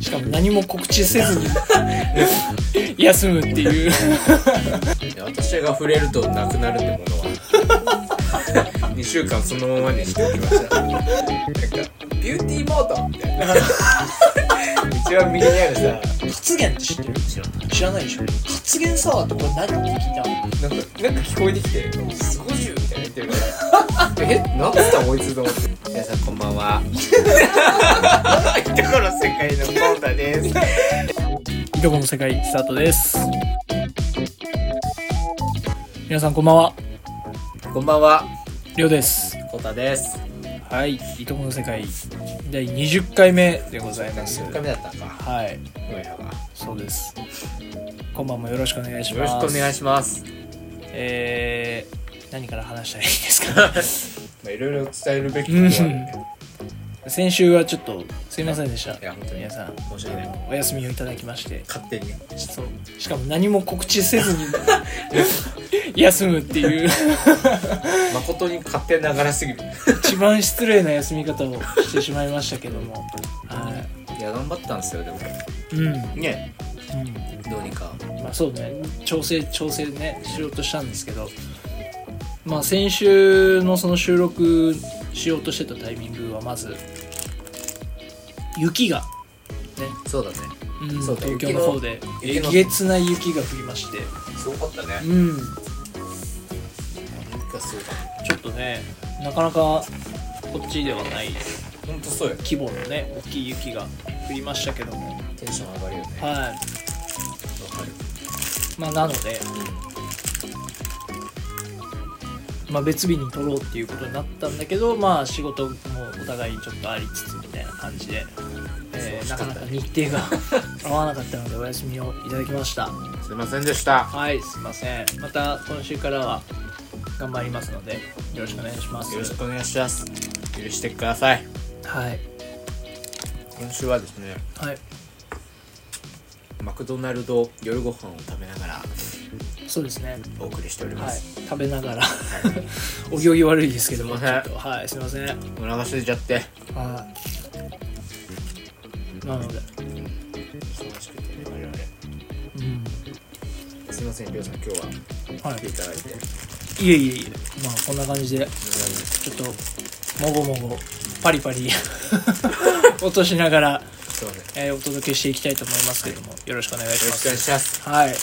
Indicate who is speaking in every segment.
Speaker 1: しかも何も告知せずに休むっていう
Speaker 2: 私が触れるとなくなるってものは2週間そのままにしておきましたなんかビューティーモードみたいな一番右にあるさ
Speaker 1: 発言って知ってる知らないでしょ発言さってこれ何って聞いたの
Speaker 2: なんかなんか聞こえてきて「すごいじゅ」みたいな言ってるから「えなんつったこいつ」と思って「皆さんこんばん は」「いとこの世界のコータです」
Speaker 1: いとこの世界スタートです皆さんこんばんは
Speaker 2: こんばんは
Speaker 1: りょうです
Speaker 2: コータです
Speaker 1: はいいとこの世界第20回目でございます
Speaker 2: 10日目だったのか
Speaker 1: はい
Speaker 2: 今夜は
Speaker 1: そうです今晩もよろしくお願いし
Speaker 2: よ
Speaker 1: ま
Speaker 2: ろ
Speaker 1: す
Speaker 2: しくお願いします
Speaker 1: えー、何から話したらいいですか
Speaker 2: まあいろいろ伝えるべきことはあるね
Speaker 1: 先週はちょっとすいませんでした
Speaker 2: いや本当に
Speaker 1: 皆さん
Speaker 2: 申し訳ない
Speaker 1: お休みをいただきまして
Speaker 2: 勝手に
Speaker 1: そうしかも何も告知せずに 休むっていう
Speaker 2: 誠に勝手に流れすぎる
Speaker 1: 一番失礼な休み方をしてしまいましたけどもはい
Speaker 2: や頑張ったんですよでも
Speaker 1: いうん、うん、
Speaker 2: ねどうにか
Speaker 1: まあそうね調整調整ねしようとしたんですけどまあ先週のその収録しようとしてたタイミングはまず雪が、
Speaker 2: そうだね
Speaker 1: うん、
Speaker 2: そうだ
Speaker 1: 東京の方でえ
Speaker 2: 雪の
Speaker 1: げつない雪が降りまして
Speaker 2: すごかったね
Speaker 1: うん
Speaker 2: なんかそうだ
Speaker 1: ちょっとねなかなかこっちではない
Speaker 2: ほんとそうよ
Speaker 1: 規模のね大きい雪が降りましたけども
Speaker 2: テンション上がるよねわか
Speaker 1: はい
Speaker 2: る
Speaker 1: まあなので、まあ、別日に撮ろうっていうことになったんだけどまあ仕事もお互いちょっとありつつみたいな感じで、えー
Speaker 2: そう
Speaker 1: な
Speaker 2: し
Speaker 1: か
Speaker 2: た
Speaker 1: なか日程が 合わなかったのでお休みをいただきました
Speaker 2: すいませんでした
Speaker 1: はいすいませんまた今週からは頑張りますのでよろしくお願いします
Speaker 2: よろしくお願いします許してください
Speaker 1: はい
Speaker 2: 今週はですね
Speaker 1: はい
Speaker 2: マクドナルド夜ご飯を食べながら
Speaker 1: そうですね
Speaker 2: お送りしておりま
Speaker 1: はい
Speaker 2: す、
Speaker 1: 食べながら お行儀悪いですけども
Speaker 2: す
Speaker 1: ち
Speaker 2: い
Speaker 1: ょ
Speaker 2: ま
Speaker 1: っ
Speaker 2: せん
Speaker 1: とはいすいません
Speaker 2: お腹空いちゃって
Speaker 1: はいなので
Speaker 2: 忙しくてね我々
Speaker 1: うん
Speaker 2: すいませんりょうさん今日は
Speaker 1: は
Speaker 2: 来ていただいて
Speaker 1: い、いえいえいえまあこんな感じでちょっともごもごパリパリ落としながら、
Speaker 2: そうねよ
Speaker 1: えーお届けしていきたいと思いますけども、よろしくお願いし
Speaker 2: ろ
Speaker 1: ま
Speaker 2: しくお願い
Speaker 1: す
Speaker 2: します
Speaker 1: はい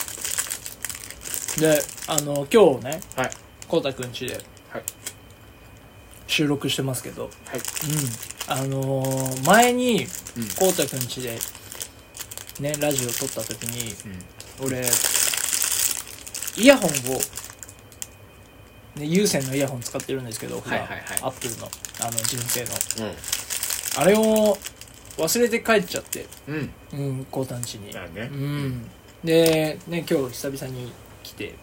Speaker 1: であの今日ね
Speaker 2: はい
Speaker 1: こうたくんちで
Speaker 2: はい
Speaker 1: 収録してますけど
Speaker 2: はい
Speaker 1: うんあのー前に
Speaker 2: うん
Speaker 1: こうたくんちでねラジオ撮った時に俺イヤホンを、ね、有線のイヤホン使ってるんですけど普段、
Speaker 2: はいはいはい
Speaker 1: アップルのあの人生の
Speaker 2: うん
Speaker 1: あれを忘れて帰っちゃって
Speaker 2: うんうん
Speaker 1: うん高探地に
Speaker 2: だよね
Speaker 1: うんでね今日久々に来て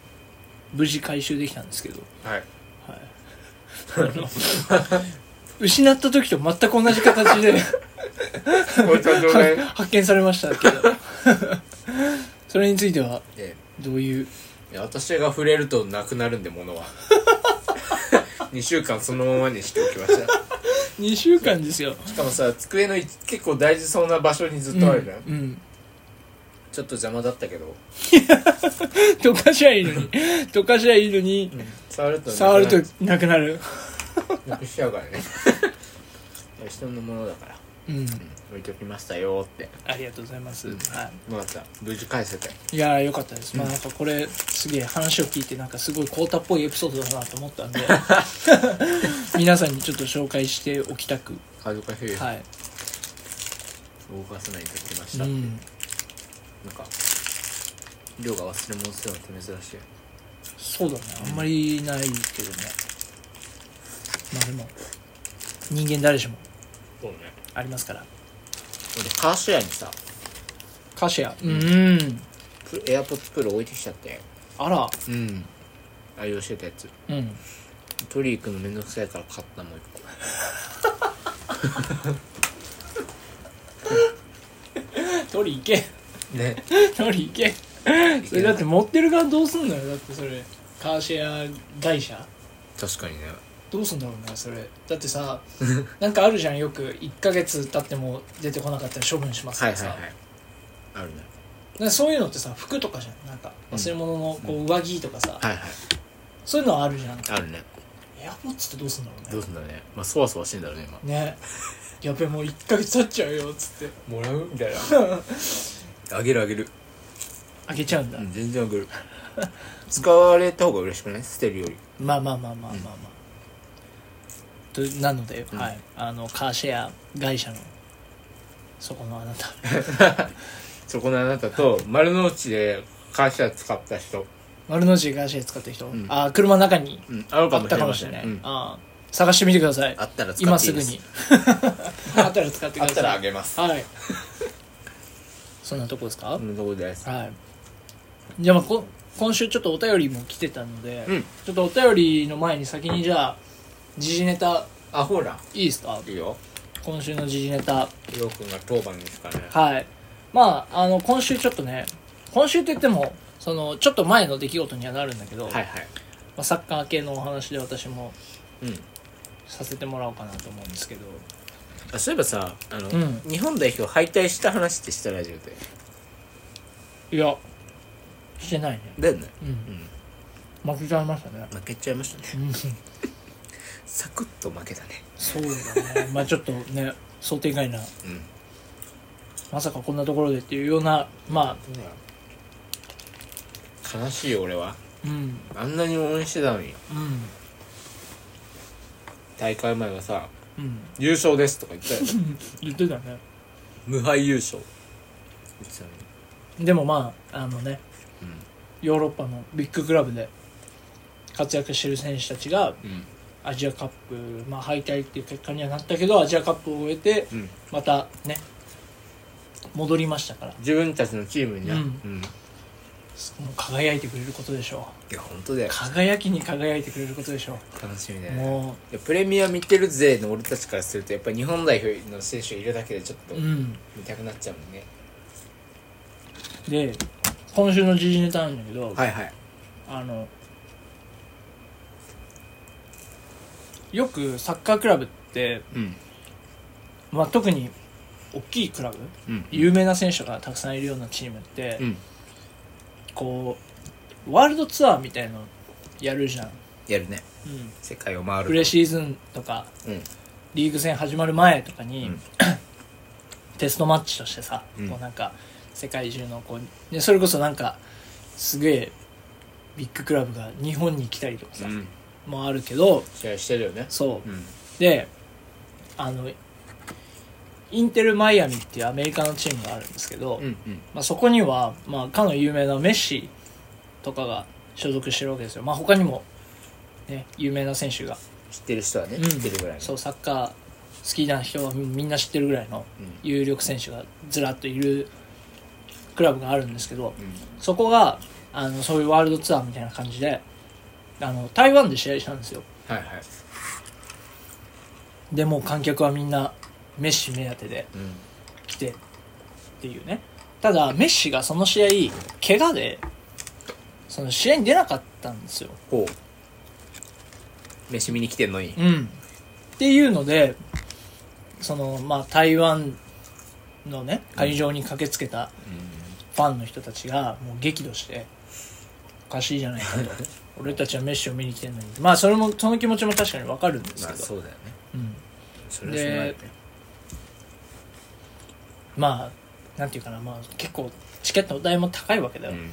Speaker 1: 無事回収できたんですけど、
Speaker 2: はい
Speaker 1: はい、あ の失った時と全く同じ形 で
Speaker 2: こいつはどれ
Speaker 1: 発見されましたけど それについては
Speaker 2: で
Speaker 1: どういう
Speaker 2: いや私が触れるとなくなるんで物は2週間そのままにしておきました
Speaker 1: 2週間ですよ
Speaker 2: しかもさ机のい結構大事そうな場所にずっとあるじゃん、
Speaker 1: うん うん
Speaker 2: ちょっと邪魔だったけど、
Speaker 1: 溶かしゃいいの に溶かしゃいいのに
Speaker 2: 触るとなくな
Speaker 1: 触るとなくなる
Speaker 2: なくしちゃうからね いや人のものだから、
Speaker 1: うん
Speaker 2: うん、置いておきましたよーって
Speaker 1: ありがとうございます、
Speaker 2: うん
Speaker 1: は
Speaker 2: よかった無事返せて
Speaker 1: い、いやーよかったです、まあなんかこれすげえ話を聞いてなんかすごいコータっぽいエピソードだなと思った んで皆さんにちょっと紹介しておきたく
Speaker 2: 恥ずかしい、
Speaker 1: はい、
Speaker 2: 動かせないと言ってまし
Speaker 1: う
Speaker 2: た、なん
Speaker 1: ん、
Speaker 2: か量が忘れ物するのって珍しい
Speaker 1: そうだねあんまりないけどねまあでも人間誰しも
Speaker 2: そうね
Speaker 1: ありますから
Speaker 2: 俺カーシェアにさ
Speaker 1: カシアうん
Speaker 2: プエアポッドプロ置いてきちゃって
Speaker 1: あら
Speaker 2: うん愛用してたやつ
Speaker 1: うん
Speaker 2: 取り行くのめんどくさいから買ったもう一個
Speaker 1: 取り行け
Speaker 2: ね
Speaker 1: 取り行けそれだって持ってる側どうすんのよだってそれカーシェア会社
Speaker 2: 確かにね
Speaker 1: どうすんだろうなそれだって さなんかあるじゃんよく1ヶ月経っても出てこなかったら処分します
Speaker 2: は
Speaker 1: と
Speaker 2: い
Speaker 1: か
Speaker 2: はい
Speaker 1: さ、
Speaker 2: はいあるね
Speaker 1: なんかそういうのってさ服とかじゃんなんか忘れ物のこう上着とかさ、
Speaker 2: はいはい
Speaker 1: そういうのはあるじゃん
Speaker 2: あるね
Speaker 1: エアポッツってどうすんだろう
Speaker 2: どうすんだろうねまあそわそわしてんだろうね今
Speaker 1: ねねやべもう1ヶ月経っちゃうよっつって
Speaker 2: もらうみたいな あげるあげる、
Speaker 1: あげちゃうんだ、
Speaker 2: うん、全然あげる使われた方が嬉しくない捨てるより
Speaker 1: まあまあまあまあまあまあ、となので、
Speaker 2: うん
Speaker 1: はいあのカーシェア会社のそこのあなた
Speaker 2: そこのあなたと丸の内で会社使った人、
Speaker 1: 丸の内カーシェア使ってる人、
Speaker 2: ん
Speaker 1: あー車の中に
Speaker 2: うん、ある
Speaker 1: あ
Speaker 2: か
Speaker 1: っ
Speaker 2: もしたれ
Speaker 1: か
Speaker 2: ま
Speaker 1: もし
Speaker 2: せ
Speaker 1: れ
Speaker 2: ん
Speaker 1: ない、
Speaker 2: うん
Speaker 1: あー探してみてください
Speaker 2: あったら使っていい
Speaker 1: 今
Speaker 2: です
Speaker 1: すぐに あったら使ってく
Speaker 2: あ
Speaker 1: ださ
Speaker 2: っ
Speaker 1: い
Speaker 2: たらあげます
Speaker 1: はいそんなとこですか、
Speaker 2: そんなとこです
Speaker 1: はいじゃあまあこ今週ちょっとお便りも来てたので、
Speaker 2: うん
Speaker 1: ちょっとお便りの前に先にじゃあ時事ネタ
Speaker 2: あほら
Speaker 1: いいですか
Speaker 2: いいよ
Speaker 1: 今週の時事ネタ
Speaker 2: りょうくんが当番ですかね
Speaker 1: はい。まあ、あの、今週ちょっとね、今週って言っても、その、ちょっと前の出来事にはなるんだけど、
Speaker 2: はいはい
Speaker 1: まあ、サッカー系のお話で私も
Speaker 2: うん
Speaker 1: させてもらおうかなと思うんですけど、
Speaker 2: あそういえばさあの、
Speaker 1: うん
Speaker 2: 日本代表敗退した話ってしたラジオで
Speaker 1: いや、してないね。
Speaker 2: だよね
Speaker 1: うん。
Speaker 2: ん
Speaker 1: 負けちゃいましたね。
Speaker 2: 負けちゃいましたね
Speaker 1: うん。
Speaker 2: サクッと負けたね
Speaker 1: そうだね。 まあちょっとね、想定外な、
Speaker 2: うん
Speaker 1: まさかこんなところでっていうような、まあ、
Speaker 2: 悲しいよ俺は
Speaker 1: うん、
Speaker 2: あんなに応援してたのに
Speaker 1: うん、
Speaker 2: 大会前はさ
Speaker 1: うん。
Speaker 2: 「優勝です」とか言ったよ
Speaker 1: 言ってたね。
Speaker 2: 無敗優勝言ってたのに
Speaker 1: でもまあ、あのね、
Speaker 2: うん
Speaker 1: ヨーロッパのビッグクラブで活躍してる選手たちが
Speaker 2: うん
Speaker 1: アジアカップ、まあ、敗退っていう結果にはなったけどアジアカップを終えて
Speaker 2: うん
Speaker 1: またね戻りましたから
Speaker 2: 自分たちのチームにね、
Speaker 1: うん
Speaker 2: う
Speaker 1: も
Speaker 2: ん、
Speaker 1: う輝いてくれることでしょ
Speaker 2: いや本当だ
Speaker 1: う
Speaker 2: よ
Speaker 1: 輝きに輝いてくれることでしょ
Speaker 2: 楽しみ
Speaker 1: う、
Speaker 2: ね
Speaker 1: も
Speaker 2: いやプレミア見てるぜの俺たちからするとやっぱり日本代表の選手いるだけでちょっ
Speaker 1: う
Speaker 2: と
Speaker 1: うん
Speaker 2: 見たくなっちゃうもんね、
Speaker 1: で今週の時事ネタなんだけど、
Speaker 2: はいはい
Speaker 1: あのよくサッカークラブって、
Speaker 2: うん
Speaker 1: まあ、特に大きいクラブ
Speaker 2: うん
Speaker 1: 有名な選手がたくさんいるようなチームって、
Speaker 2: うん
Speaker 1: こうワールドツアーみたいのやるじゃん、
Speaker 2: やるね世界を回る
Speaker 1: プレシーズンとか
Speaker 2: うん
Speaker 1: リーグ戦始まる前とかに、
Speaker 2: うん
Speaker 1: テストマッチとしてさ、
Speaker 2: うん
Speaker 1: こうなんか世界中のこう、ね、それこそなんかすげえビッグクラブが日本に来たりとかさ、
Speaker 2: うん
Speaker 1: もあるけど
Speaker 2: 試合してるよね
Speaker 1: そう
Speaker 2: うん
Speaker 1: であのインテル・マイアミっていうアメリカのチームがあるんですけど、
Speaker 2: うんうん
Speaker 1: まあ、そこには、まあ、かの有名なメッシとかが所属してるわけですよ、まあ、他にも、ね、有名な選手が、
Speaker 2: 知ってる人はね、
Speaker 1: うん
Speaker 2: 知ってるぐらいの
Speaker 1: そうサッカー好きな人はみんな知ってるぐらいの
Speaker 2: うん
Speaker 1: 有力選手がずらっといるクラブがあるんですけど
Speaker 2: うん
Speaker 1: そこがあのそういうワールドツアーみたいな感じであの台湾で試合したんですよ
Speaker 2: はいはい
Speaker 1: でもう観客はみんなメッシ目当てで
Speaker 2: うん
Speaker 1: 来てっていうねただメッシがその試合怪我でその試合に出なかったんですよ
Speaker 2: ほう飯見に来てんのに
Speaker 1: うんっていうのでそのまあ台湾のね会場に駆けつけたファンの人たちがもう激怒しておかしいじゃないか と俺たちはメッシを見に来てんのにまあそれもその気持ちも確かにわかるんです
Speaker 2: ま
Speaker 1: け
Speaker 2: あ
Speaker 1: ど、
Speaker 2: そうだよね
Speaker 1: うん、
Speaker 2: それはそうなるね
Speaker 1: まあなんていうかな、まあ、結構チケット代も高いわけだ
Speaker 2: う
Speaker 1: よ、
Speaker 2: ん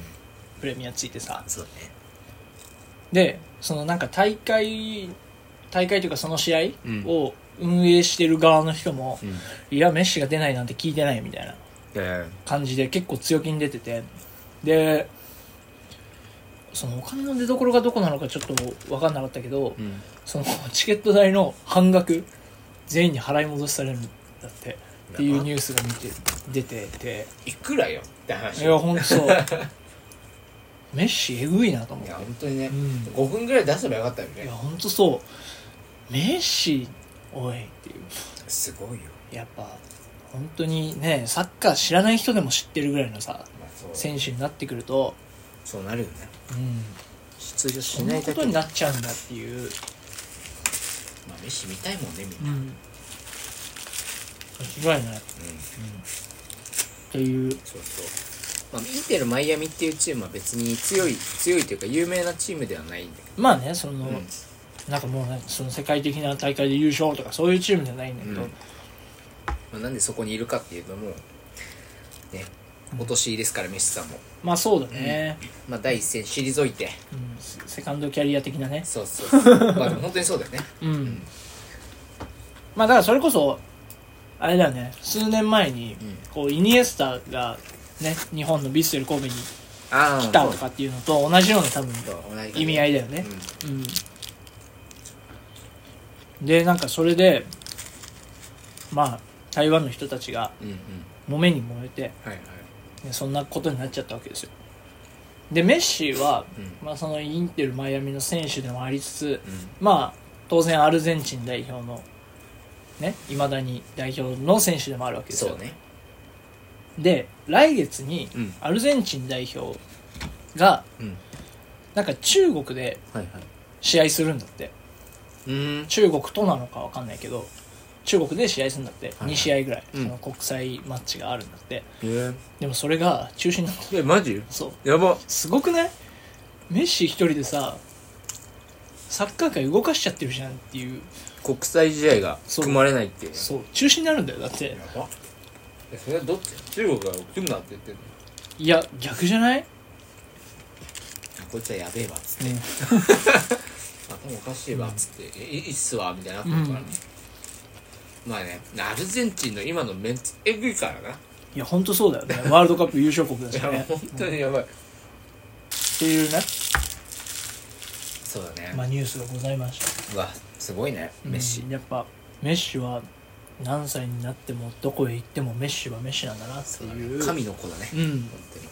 Speaker 1: プレミアついてさ
Speaker 2: そうだね
Speaker 1: でそのなんか大会大会というかその試合
Speaker 2: うん
Speaker 1: を運営してる側の人も、
Speaker 2: うん
Speaker 1: いやメッシが出ないなんて聞いてないみたいな
Speaker 2: え
Speaker 1: 感じで結構強気に出ててでそのお金の出所がどこなのかちょっと分かんなかったけど、
Speaker 2: えうん
Speaker 1: そのチケット代の半額全員に払い戻しされるんだってっていうニュースが見て出てて
Speaker 2: いくらよって話
Speaker 1: いや本当そう メッシえぐいなと思っ
Speaker 2: い
Speaker 1: て
Speaker 2: や本当にね
Speaker 1: うん
Speaker 2: 5分ぐらい出せばよかったよ
Speaker 1: いや
Speaker 2: ね
Speaker 1: 本当そうメッシおいっていう
Speaker 2: すごいよ
Speaker 1: やっぱ本当にねサッカー知らない人でも知ってるぐらいのさ
Speaker 2: まあそう
Speaker 1: 選手になってくると、
Speaker 2: そうなるよね
Speaker 1: うん、
Speaker 2: 出場
Speaker 1: そ
Speaker 2: し
Speaker 1: んな
Speaker 2: ない
Speaker 1: こ
Speaker 2: だ
Speaker 1: と
Speaker 2: け
Speaker 1: になっちゃうんだっていう
Speaker 2: まあ飯見たいもんねみ
Speaker 1: う
Speaker 2: んな、
Speaker 1: ん間違いない、うんっていう
Speaker 2: そうそうまあ、インテル・マイアミっていうチームは別に強い強いというか有名なチームではないんだけ
Speaker 1: まあねその、
Speaker 2: ど、
Speaker 1: なんかもうねその世界的な大会で優勝とかそういうチームじゃないんだけど、
Speaker 2: うんまあ、なんでそこにいるかっていうのもねお年ですからメッシさんも、
Speaker 1: まあそうだね、
Speaker 2: まあ、第一線退いて
Speaker 1: うんセカンドキャリア的なね
Speaker 2: そうそうそうまあでも本当にそうだよね
Speaker 1: うんまあだからそれこそあれだよね数年前に
Speaker 2: ん
Speaker 1: こうイニエスタがね日本のビッセル神戸に
Speaker 2: ああ
Speaker 1: 来たとかっていうのと同じような多分意味合いだよねうんでなんかそれでまあ台湾の人たちが
Speaker 2: うんうんうん
Speaker 1: 揉めに揉めて
Speaker 2: はいはい
Speaker 1: ねそんなことになっちゃったわけですよでメッシは、
Speaker 2: う
Speaker 1: まあ、そのインテル・マイアミの選手でもありつつ
Speaker 2: うん
Speaker 1: まあ当然アルゼンチン代表のねいまだに代表の選手でもあるわけですよ
Speaker 2: そうね
Speaker 1: で来月に
Speaker 2: うん
Speaker 1: アルゼンチン代表が
Speaker 2: うん
Speaker 1: なんか中国で
Speaker 2: はいはい
Speaker 1: 試合するんだって
Speaker 2: うん
Speaker 1: 中国となのかわかんないけど中国で試合するんだって、
Speaker 2: い
Speaker 1: 2試合ぐらい、
Speaker 2: うん
Speaker 1: その国際マッチがあるんだって
Speaker 2: え
Speaker 1: でもそれが中止になった
Speaker 2: えマジ
Speaker 1: そう
Speaker 2: やば
Speaker 1: すごくないメッシ一人でさサッカー界動かしちゃってるじゃんっていう
Speaker 2: 国際試合が
Speaker 1: そう
Speaker 2: 組まれないっていう
Speaker 1: そう中止になるんだよだって
Speaker 2: ばえそれはどっち中国が組むなって言ってんの
Speaker 1: いや逆じゃない、
Speaker 2: こいつはやべえわっつって頭おかしいわっつって、えいいっすわみたいになってるからね、まあねアルゼンチンの今のメンツえぐいからない
Speaker 1: や本当そうだよねワールドカップ優勝国だし
Speaker 2: いや
Speaker 1: ね
Speaker 2: 本当にやばい、
Speaker 1: っていうね、
Speaker 2: そうだね、
Speaker 1: まあ、ニュースがございました
Speaker 2: うわすごいねメッシ、
Speaker 1: うんやっぱメッシは何歳になってもどこへ行ってもメッシはメッシなんだなっていう
Speaker 2: 神の子だね、
Speaker 1: うん
Speaker 2: 本当に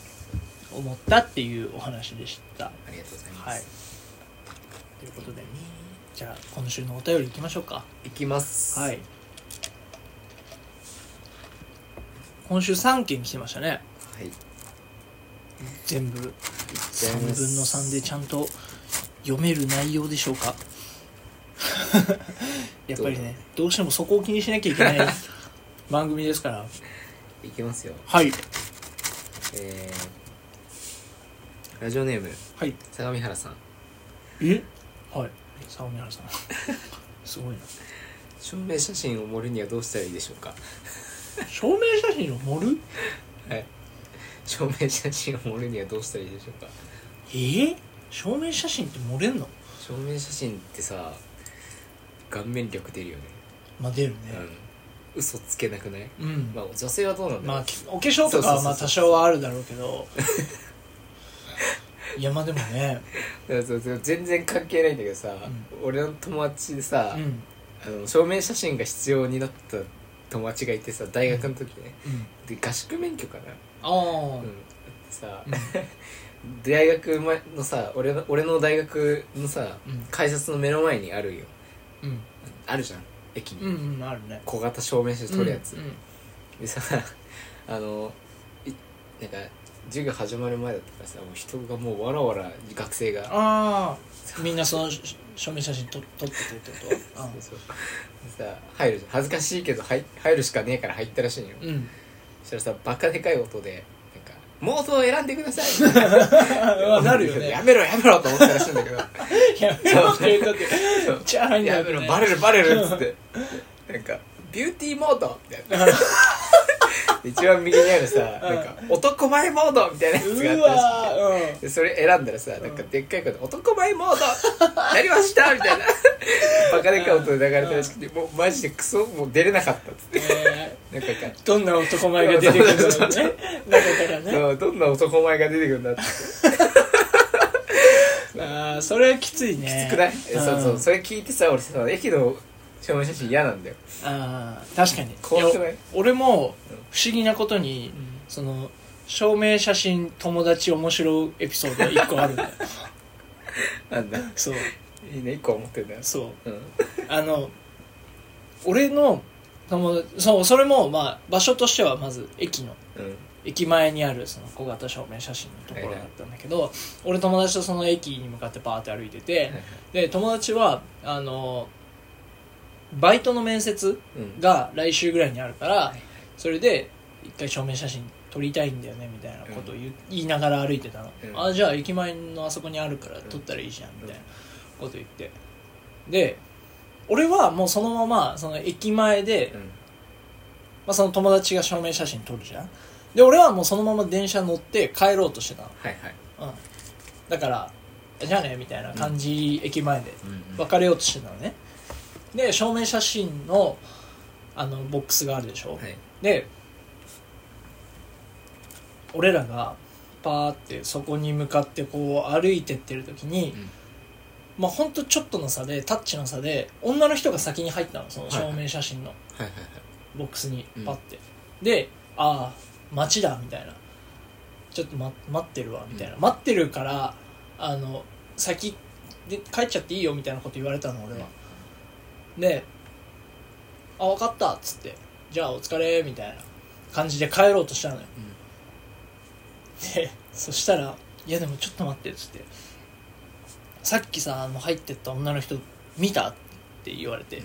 Speaker 1: 思ったっていうお話でした
Speaker 2: ありがとうございます、
Speaker 1: はいということでじゃあ今週のお便りいきましょうか
Speaker 2: いきます
Speaker 1: はい今週3件来てましたね
Speaker 2: はい
Speaker 1: 全部
Speaker 2: ゃい
Speaker 1: 3
Speaker 2: ます
Speaker 1: 分の3でちゃんと読める内容でしょうか やっぱりねどうしてもそこを気にしなきゃいけない 番組ですから
Speaker 2: いきますよ
Speaker 1: はい
Speaker 2: えー、ラジオネーム
Speaker 1: はい
Speaker 2: 相模原さん
Speaker 1: えはい相模原さんすごいな
Speaker 2: 証明写真を盛るにはどうしたらいいでしょうか
Speaker 1: 証明写真を盛る
Speaker 2: はい証明写真を盛るにはどうしたらいいでしょうか
Speaker 1: えー、証明写真って盛れんの
Speaker 2: 証明写真ってさ顔面力出るよね
Speaker 1: まあ出るね
Speaker 2: うん嘘つけなくない
Speaker 1: うん
Speaker 2: まあ女性はどうなんだろう、
Speaker 1: まあお化粧とかはまあ
Speaker 2: そうそうそうそう
Speaker 1: 多少はあるだろうけ どいやまあでもね
Speaker 2: そうそうそう全然関係ないんだけどさ、
Speaker 1: う
Speaker 2: 俺の友達でさ、
Speaker 1: うん
Speaker 2: あの証明写真が必要になった友達がいてさ大学の時ね、
Speaker 1: うん
Speaker 2: で合宿免許かな、
Speaker 1: ああ
Speaker 2: うん、さ、
Speaker 1: うん
Speaker 2: 大学前のさ俺の俺の大学のさ、
Speaker 1: うん
Speaker 2: 改札の目の前にあるよ
Speaker 1: うん
Speaker 2: あるじゃん駅に、
Speaker 1: うんうんあるね
Speaker 2: 小型証明書取るやつ、
Speaker 1: うんうん
Speaker 2: でさ あのいなんか授業始まる前だったからさもう人がもうわらわら学生が
Speaker 1: ああみんなそのし証明写真と撮っててってことあ
Speaker 2: そうそうでさ入るじゃん恥ずかしいけど入入るしかねえから入ったらしいんよ、
Speaker 1: うん
Speaker 2: そしたらさバカでかい音でなんか「モードを選んでください」
Speaker 1: あなるよね
Speaker 2: やめろやめろと思ったらしいんだけど
Speaker 1: やめろって言うとき
Speaker 2: そう
Speaker 1: じゃあ入んな
Speaker 2: や
Speaker 1: い
Speaker 2: め
Speaker 1: よ
Speaker 2: ろ
Speaker 1: ね
Speaker 2: バレるバレるっつってなんか「ビューティーモード」みた いな一番右にあるさなんか「男前モード」みたいなやつがあ
Speaker 1: う
Speaker 2: ったらしいんだよ
Speaker 1: わーうん
Speaker 2: でそれ選んだらさなんかでっかい声で「男前モ ードなりました!」みたいなバカでかい音で流れたらしくてもうマジでクソもう出れなかったっつって
Speaker 1: え
Speaker 2: なんかか
Speaker 1: ーどんな男前が出てくるの
Speaker 2: そうそ
Speaker 1: ね中からね
Speaker 2: そうどんな男前が出てくる んだって
Speaker 1: ああそれはきついね
Speaker 2: 少ない、
Speaker 1: うん
Speaker 2: そうそうそれ聞いてさ俺さ駅の証明写真嫌なんだよ
Speaker 1: ああ確かに
Speaker 2: 怖くない
Speaker 1: や俺も
Speaker 2: うん
Speaker 1: 不思議なことに、その証明写真友達面白いエピソード1個あるんだ よ
Speaker 2: なんだ
Speaker 1: そう
Speaker 2: いいね一個思っ てんだよ
Speaker 1: そう
Speaker 2: うん
Speaker 1: あの俺の友達そうそれもまあ場所としてはまず駅の
Speaker 2: うん
Speaker 1: 駅前にあるその小型証明写真のところだったんだけど、俺友達とその駅に向かってパーって歩いてて、で友達はあのバイトの面接
Speaker 2: うん
Speaker 1: が来週ぐらいにあるからそれで一回証明写真撮りたいんだよねみたいなことを言,、言いながら歩いてたの、
Speaker 2: うん
Speaker 1: あじゃあ駅前のあそこにあるから撮ったらいいじゃんみたいなこと言ってで俺はもうそのままその駅前で、
Speaker 2: うん
Speaker 1: まあ、その友達が証明写真撮るじゃんで俺はもうそのまま電車乗って帰ろうとしてたの、
Speaker 2: はいはい
Speaker 1: うん、だからじゃあねみたいな感じ、駅前で
Speaker 2: うんうん
Speaker 1: 別れようとしてたのねで証明写真のあのボックスがあるでしょ、
Speaker 2: はい
Speaker 1: で俺らがパーってそこに向かってこう歩いてってる時に、
Speaker 2: うん
Speaker 1: まあほんとちょっとの差でタッチの差で女の人が先に入ったのその証明写真の
Speaker 2: はいはい
Speaker 1: ボックスに
Speaker 2: うん
Speaker 1: パッて、で「ああ街だ」みたいな「ちょっと、ま、待ってるわ」みたいな、待ってるからあの先で帰っちゃっていいよみたいなこと言われたの俺は、で「あ分かった」っつって「じゃあお疲れ」みたいな感じで帰ろうとしたのよ、でそしたら「いやでもちょっと待って」っつって「さっきさあの入ってった女の人見た?」って言われて
Speaker 2: うん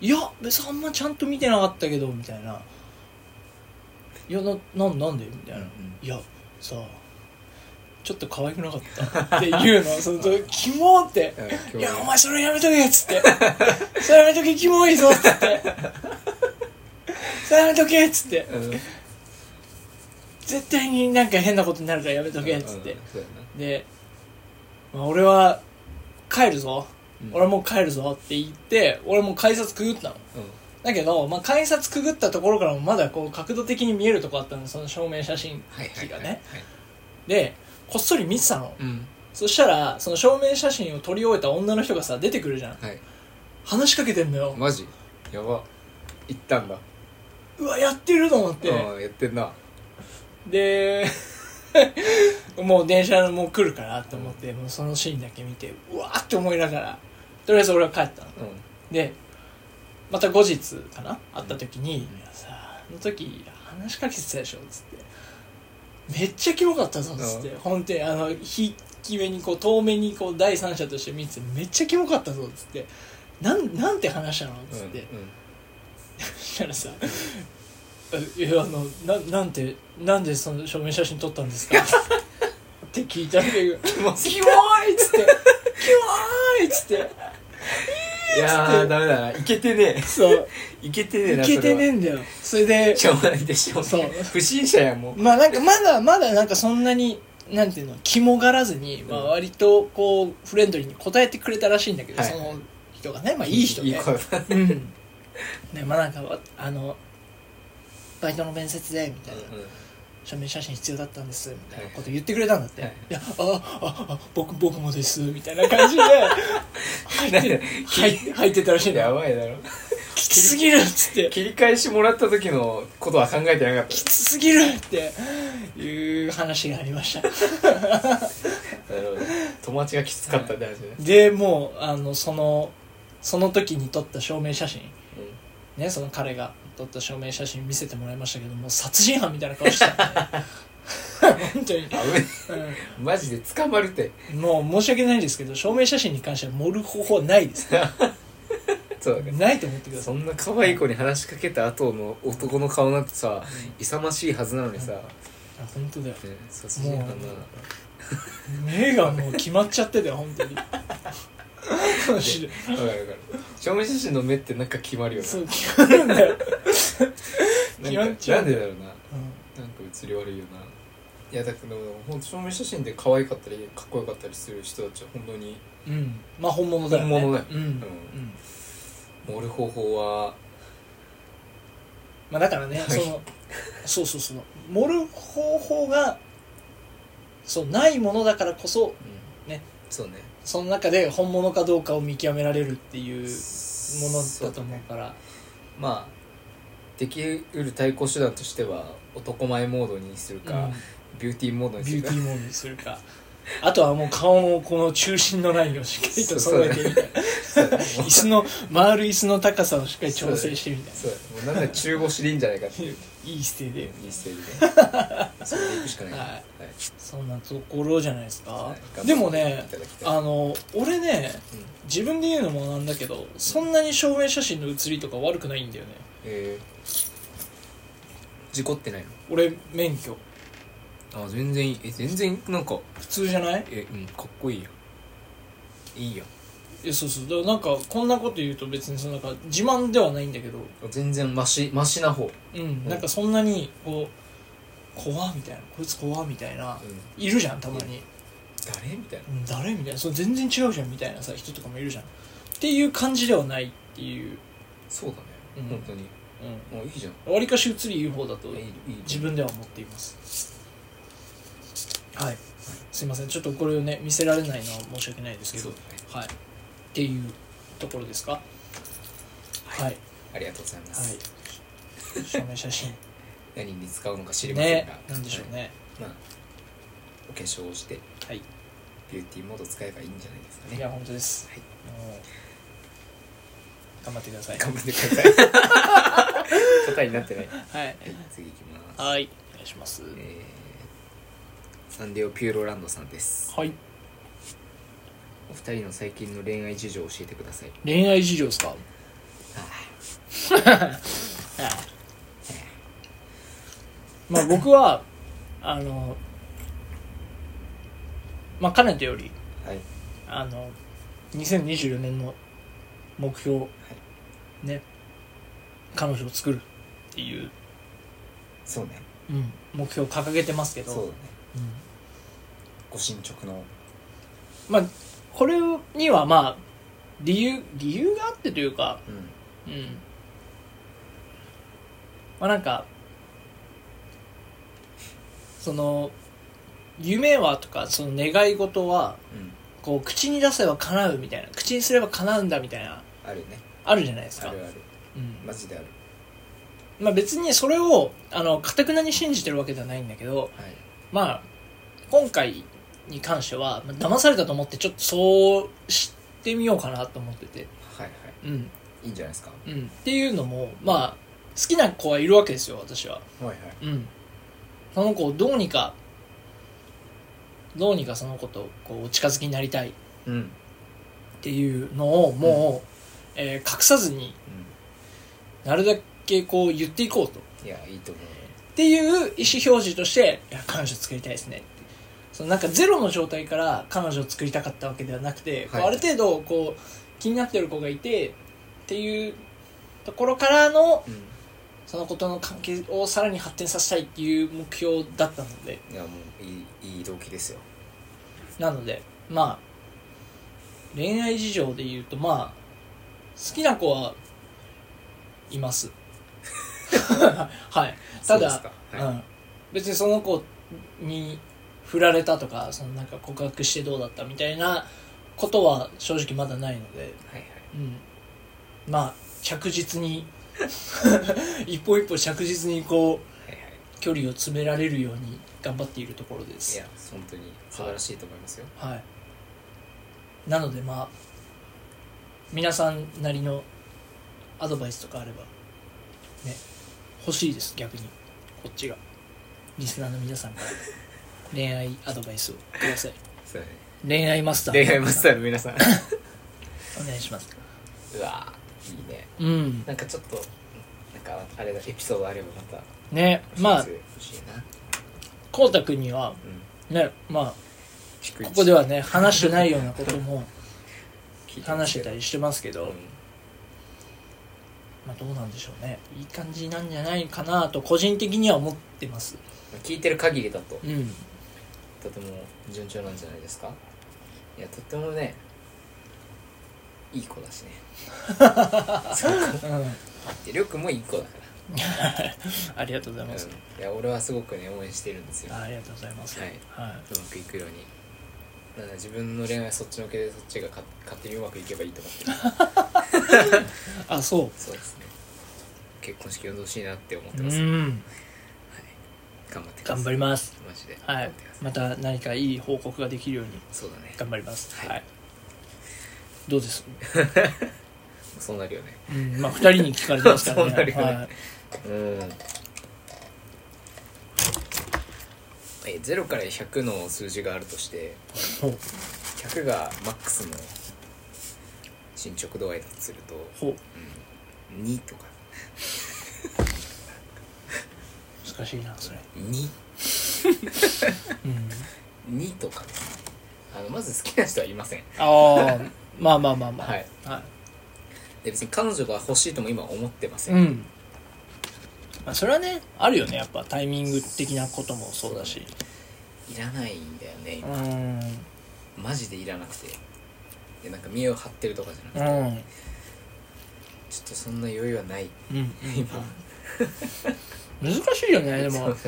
Speaker 1: いや別にあんまちゃんと見てなかったけど」みたいな「いやななんなんで?」みたいな「
Speaker 2: うん
Speaker 1: いやさちょっと可愛くなかった」って言うのそのキモーって
Speaker 2: はい
Speaker 1: 「いやお前それやめとけ」っつって「それやめとけキモいぞ」っつって「それやめとけ」っつって
Speaker 2: うん
Speaker 1: 「絶対になんか変なことになるからやめとけ」っつっ
Speaker 2: う
Speaker 1: て
Speaker 2: んそうやな
Speaker 1: で、まあ、俺は帰るぞ
Speaker 2: うん
Speaker 1: 俺もう帰るぞって言って俺もう改札くぐったの
Speaker 2: うん
Speaker 1: だけど、まあ、改札くぐったところからもまだこう角度的に見えるとこあったのその証明写真
Speaker 2: はいは
Speaker 1: 機
Speaker 2: いは
Speaker 1: が
Speaker 2: い
Speaker 1: ね
Speaker 2: はい
Speaker 1: でこっそり見てたの
Speaker 2: うん
Speaker 1: そしたらその証明写真を撮り終えた女の人がさ出てくるじゃん
Speaker 2: はい
Speaker 1: 話しかけてんのよ
Speaker 2: マジやば行ったんだ
Speaker 1: うわやってると思っ
Speaker 2: うん
Speaker 1: て
Speaker 2: やってんな
Speaker 1: で もう電車もう来るからと思ってもうそのシーンだけ見てうわーって思いながらとりあえず俺は帰ったの
Speaker 2: うん
Speaker 1: でまた後日かな会った時に
Speaker 2: うん
Speaker 1: 「いやさあの時話しかけてたでしょ」っつって「めっちゃキモかったぞ」っつって、本当にあのひいき目にこう遠目にこう第三者として見てて「めっちゃキモかったぞ」っつって「なんなんて話したの?」っ
Speaker 2: うん
Speaker 1: つって、
Speaker 2: うん
Speaker 1: そしたらさ「えいやあのななんてなんでその証明写真撮ったんですか? 」って聞いたら「キモい!」っつって「キモい!」っつって
Speaker 2: いやーダメだないけてね
Speaker 1: そう
Speaker 2: えいけてねえ
Speaker 1: い
Speaker 2: な
Speaker 1: けてねえ
Speaker 2: え
Speaker 1: んだよそれで
Speaker 2: しょうがないでしょ
Speaker 1: そう
Speaker 2: 不審者やもん
Speaker 1: まあなんかまだまだなんかそんなになんていうの肝がらずに、まあ、
Speaker 2: うん
Speaker 1: 割とこうフレンドリーに答えてくれたらしいんだけど、
Speaker 2: はい
Speaker 1: その人がねまあいい人で
Speaker 2: いい子だ
Speaker 1: うんねまあなんかわあのバイトの面接でみたいな証明写真必要だったんですみたいなこと言ってくれたんだって、
Speaker 2: はいい、
Speaker 1: やあああ僕僕もですみたいな 感じで入って入って入ってたらしいんだ
Speaker 2: や
Speaker 1: よ
Speaker 2: ばいだろ
Speaker 1: きつすぎるっつって
Speaker 2: 切り返しもらった時のことは考えてなかっ
Speaker 1: きつすぎるっていう話がありました
Speaker 2: たなるほど友達がきつかったって話ね
Speaker 1: でもうあのそのその時に撮った証明写真ねその彼が撮った証明写真見せてもらいましたけどもう殺人犯みたいな顔してた、ね、 本当に、
Speaker 2: 危ないマジで捕まるって
Speaker 1: うんもう申し訳ないですけど証明写真に関しては盛る方法はないです
Speaker 2: そうだ
Speaker 1: ないと思ってくださ
Speaker 2: そんな可愛い子に話しかけた後の男の顔なんてさ勇ましいはずなのにさ
Speaker 1: いあ本当だよ
Speaker 2: ね殺人犯な
Speaker 1: 目がもう決まっちゃってたよ本当にマジで
Speaker 2: わかるわかる証明写真の目ってなんか決まるよ
Speaker 1: そう決まるんだよ、
Speaker 2: な
Speaker 1: 決
Speaker 2: な
Speaker 1: ま
Speaker 2: ん
Speaker 1: っ
Speaker 2: か
Speaker 1: ちゃ
Speaker 2: な
Speaker 1: うんんだ
Speaker 2: でだろうななんか映り悪いよないやだけどほんと証明写真で可愛かったりかっこよかったりする人たちは本当に
Speaker 1: うん、うん、まあ本物だよね
Speaker 2: 本物だよ
Speaker 1: うん、うん
Speaker 2: 盛る方法は
Speaker 1: まあだからね、
Speaker 2: はい
Speaker 1: そのそうそうそう盛る方法がそうないものだからこそ
Speaker 2: うん
Speaker 1: ね
Speaker 2: そうね
Speaker 1: その中で本物かどうかを見極められるっていうもの
Speaker 2: そ
Speaker 1: だ
Speaker 2: う
Speaker 1: と思うから
Speaker 2: まあできうる対抗手段としては男前モードにするか、ビューティーモード
Speaker 1: うん
Speaker 2: に
Speaker 1: ビ
Speaker 2: す
Speaker 1: ュー
Speaker 2: る
Speaker 1: テ
Speaker 2: か
Speaker 1: ィーモードにするかあとはもう顔のこの中心のラインをしっかりと揃えてみたいな
Speaker 2: そう
Speaker 1: 椅子の回る椅子の高さをしっかり調整してみたい
Speaker 2: そうもうなんか中腰でいいんじゃないかっていう
Speaker 1: ないい姿勢で
Speaker 2: 一斉にね それで行くしかない
Speaker 1: はい
Speaker 2: はい
Speaker 1: そんなところじゃないです
Speaker 2: は
Speaker 1: か
Speaker 2: い
Speaker 1: でもね
Speaker 2: 頑張っていただきたい
Speaker 1: あの俺ね自分で言うのもなんだけどそんなに照明写真の写りとか悪くないんだよね
Speaker 2: えー事故ってない
Speaker 1: 俺免許
Speaker 2: のあ全然いいえ全然なんか
Speaker 1: 普通じゃない
Speaker 2: えうんかっこいいやいいや
Speaker 1: いやそうそうだからなんかこんなこと言うと別にそのなんか自慢ではないんだけど
Speaker 2: 全然マシマシな方、
Speaker 1: うんなんかそんなにこう怖っみたいなこいつ怖っみたいないうるじゃんたまに
Speaker 2: 誰みたいな
Speaker 1: うん誰みたいなそれ全然違うじゃんみたいなさ人とかもいるじゃんっていう感じではないっていう
Speaker 2: そうだね、
Speaker 1: うん
Speaker 2: 本当にもういいじゃん
Speaker 1: わり、かし映りいい方だと
Speaker 2: いいいい
Speaker 1: 自分では思っていますはいすいませんちょっとこれをね見せられないのは申し訳ないですけ
Speaker 2: そ
Speaker 1: ど
Speaker 2: うだね
Speaker 1: はいっていうところですかはいはい、
Speaker 2: ありがとうございます、
Speaker 1: 証明写真
Speaker 2: 何に使うのか 知りません
Speaker 1: ね
Speaker 2: が、
Speaker 1: なんでしょうね
Speaker 2: はいまあお化粧をして
Speaker 1: はい
Speaker 2: ビューティーモード使えばいいんじゃないですか
Speaker 1: い
Speaker 2: ね
Speaker 1: や本当です、
Speaker 2: はい
Speaker 1: もう頑張ってください
Speaker 2: 頑張ってください答えになってない はい
Speaker 1: はい
Speaker 2: 次いきます
Speaker 1: はいお願いします
Speaker 2: えーサンデオピューロランドさんです
Speaker 1: はい
Speaker 2: お二人の最近の恋愛事情を教えてください
Speaker 1: 恋愛事情ですかまあ僕はあのまあかねてより
Speaker 2: はい
Speaker 1: あの2024年の目標、ね彼女を作るっていう、
Speaker 2: そうね
Speaker 1: うん目標を掲げてますけど
Speaker 2: そうだね
Speaker 1: うん
Speaker 2: ご進捗の
Speaker 1: まあこれにはまあ理由理由があってというか
Speaker 2: うん
Speaker 1: うんまあなんかその夢はとかその願い事は
Speaker 2: うん
Speaker 1: こう口に出せば叶うみたいな口にすれば叶うんだみたいな
Speaker 2: あるね
Speaker 1: あるじゃないです
Speaker 2: あ
Speaker 1: か
Speaker 2: るある
Speaker 1: うん
Speaker 2: マジである
Speaker 1: まあ別にそれをあのかくなに信じてるわけではないんだけど
Speaker 2: はい
Speaker 1: まあ今回に関してはまあ騙されたと思ってちょっとそうしてみようかなと思ってて
Speaker 2: はいは
Speaker 1: うん
Speaker 2: いいいんじゃないですかは
Speaker 1: うんっていうのもまあ好きな子はいるわけですよ私はい
Speaker 2: はい
Speaker 1: うんその子をどうにかどうにかその子とこうお近づきになりたいっ
Speaker 2: うんうん
Speaker 1: ていうのをもう、えー隠さずになるだけこう言っていこうと
Speaker 2: いやいいと思うよ
Speaker 1: っていう意思表示として「いや彼女作りたいですね」ってそのなんかゼロの状態から彼女を作りたかったわけではなくて、こう
Speaker 2: はい
Speaker 1: ある程度こう気になってる子がいてっていうところからの
Speaker 2: うん
Speaker 1: その子との関係をさらに発展させたいっていう目標だったので
Speaker 2: いやもういいいい動機ですよ
Speaker 1: なのでまあ恋愛事情で言うとまあ好きな子はいます はいただ
Speaker 2: そうですか
Speaker 1: う
Speaker 2: はい
Speaker 1: ん、別にその子に振られたとかそのなんか告白してどうだったみたいなことは正直まだないので、
Speaker 2: はいはい
Speaker 1: うん、まあ着実に 一歩一歩着実にこう
Speaker 2: はいはい
Speaker 1: 距離を詰められるように頑張っているところで
Speaker 2: い
Speaker 1: す
Speaker 2: や本当に素晴らしいと思いますよ
Speaker 1: はいなのでまあ皆さんなりのアドバイスとかあればね欲しいです逆にこっちがリスナーの皆 さんから恋愛アドバイスをください
Speaker 2: そうだね
Speaker 1: 恋愛マスター
Speaker 2: 恋愛マスターの 皆さん
Speaker 1: お願いします
Speaker 2: うわいいね
Speaker 1: うん
Speaker 2: なんかちょっとなんかあれだエピソードあればまた
Speaker 1: ねまあ
Speaker 2: 教えてほしいな、
Speaker 1: こうたくんには
Speaker 2: うん、
Speaker 1: ねまあ
Speaker 2: 逐一
Speaker 1: ここではね話してないようなことも
Speaker 2: 聞いて
Speaker 1: 話してたりしてますけ
Speaker 2: う
Speaker 1: ど、
Speaker 2: ん
Speaker 1: まあ、どうなんでしょうねいい感じなんじゃないかなと個人的には思ってます
Speaker 2: 聞いてる限りだと
Speaker 1: うん
Speaker 2: とても順調なんじゃないですかいやとってもねいい子だ しねそう
Speaker 1: うん
Speaker 2: でりょうくんもいい子だから
Speaker 1: ありがとうございます。
Speaker 2: うんいや俺はすごくね応援してるんですよ
Speaker 1: あありがとうございます。
Speaker 2: はいまくいくようにだから自分の恋愛はそっちのけでそっちがか勝手にうまくいけばいいと思って る
Speaker 1: あ、そ
Speaker 2: そうですね結婚式呼んでほしいなって思っ
Speaker 1: う。
Speaker 2: て
Speaker 1: う
Speaker 2: ます、
Speaker 1: ん。
Speaker 2: 頑張ってくだ
Speaker 1: 頑張
Speaker 2: さい
Speaker 1: ります。
Speaker 2: マジで頑
Speaker 1: は
Speaker 2: 張っ
Speaker 1: い
Speaker 2: てくだ。さ
Speaker 1: また何かいい報告ができるように
Speaker 2: そうだね
Speaker 1: 頑張ります。
Speaker 2: はい
Speaker 1: はい。どうです。
Speaker 2: そうなるよね
Speaker 1: うん、まあ、二人に聞かれてますから
Speaker 2: そうなる
Speaker 1: ね。
Speaker 2: よね
Speaker 1: はい。
Speaker 2: うんえ0から100の数字があるとして
Speaker 1: ほう
Speaker 2: 100がマックスの進捗度合いだとすると
Speaker 1: ほう
Speaker 2: 2とか
Speaker 1: 難しいなそれ
Speaker 2: 22
Speaker 1: うん
Speaker 2: とかあのまず好きな人はいません
Speaker 1: ああまあまあまあまあ
Speaker 2: はい、
Speaker 1: は
Speaker 2: で別に彼女が欲しいとも今思ってま
Speaker 1: い、
Speaker 2: せん、
Speaker 1: うん、まあ、それはねあるよねやっぱタイミング的なこともそうだし
Speaker 2: いらないんだよね
Speaker 1: う、ん
Speaker 2: マジでいらなくてでなんか見栄を張ってるとかじゃなくて、
Speaker 1: うん うん
Speaker 2: ちょっとそんな余裕はない
Speaker 1: うん
Speaker 2: 今
Speaker 1: 難しいよねで
Speaker 2: そう
Speaker 1: も
Speaker 2: だね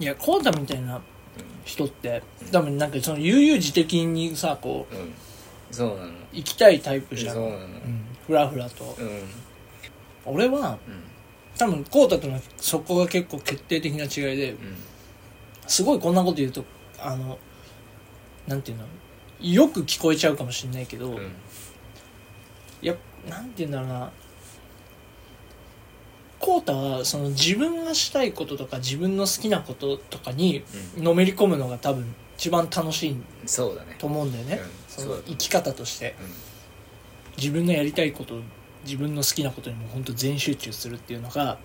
Speaker 1: いやコータみたいな人って多分なんかその悠々自適にさこう
Speaker 2: うんそうなの
Speaker 1: 行きたいタイプじゃん、
Speaker 2: そう
Speaker 1: う
Speaker 2: なのうん
Speaker 1: ん、ふらふらと
Speaker 2: うん、
Speaker 1: 俺は多分コータとのそこが結構決定的な違いですごいこんなこと言うとあのなんていうのよく聞こえちゃうかもしれないけど、
Speaker 2: うんうん
Speaker 1: いやなんて言うんだろうなコータはその自分がしたいこととか自分の好きなこととかにのめり込むのが多分一番楽しい
Speaker 2: うんそうだね
Speaker 1: と思うんだよね、
Speaker 2: うん
Speaker 1: そ
Speaker 2: そう
Speaker 1: の
Speaker 2: だと
Speaker 1: 生き方として
Speaker 2: うん
Speaker 1: 自分のやりたいこと自分の好きなことにも本当全集中するっていうのが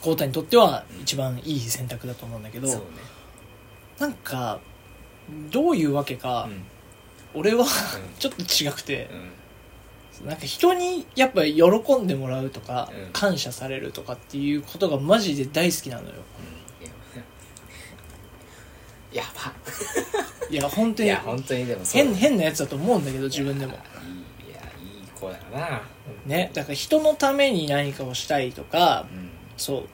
Speaker 1: コータにとっては一番いい選択だと思うんだけ
Speaker 2: う
Speaker 1: ど
Speaker 2: んそうね
Speaker 1: なんかどういうわけか、
Speaker 2: うん
Speaker 1: 俺は ちょっと違くて、
Speaker 2: うん
Speaker 1: なんか人にやっぱ喜んでもらうとか、
Speaker 2: うん
Speaker 1: 感謝されるとかっていうことがマジで大好きなのよ
Speaker 2: うんやば
Speaker 1: いや本当
Speaker 2: い
Speaker 1: に
Speaker 2: や本当にでもそう
Speaker 1: 変変なやつだと思うんだけど自分でも
Speaker 2: いやいい子だな
Speaker 1: ねだから人のために何かをしたいとか
Speaker 2: うん
Speaker 1: そう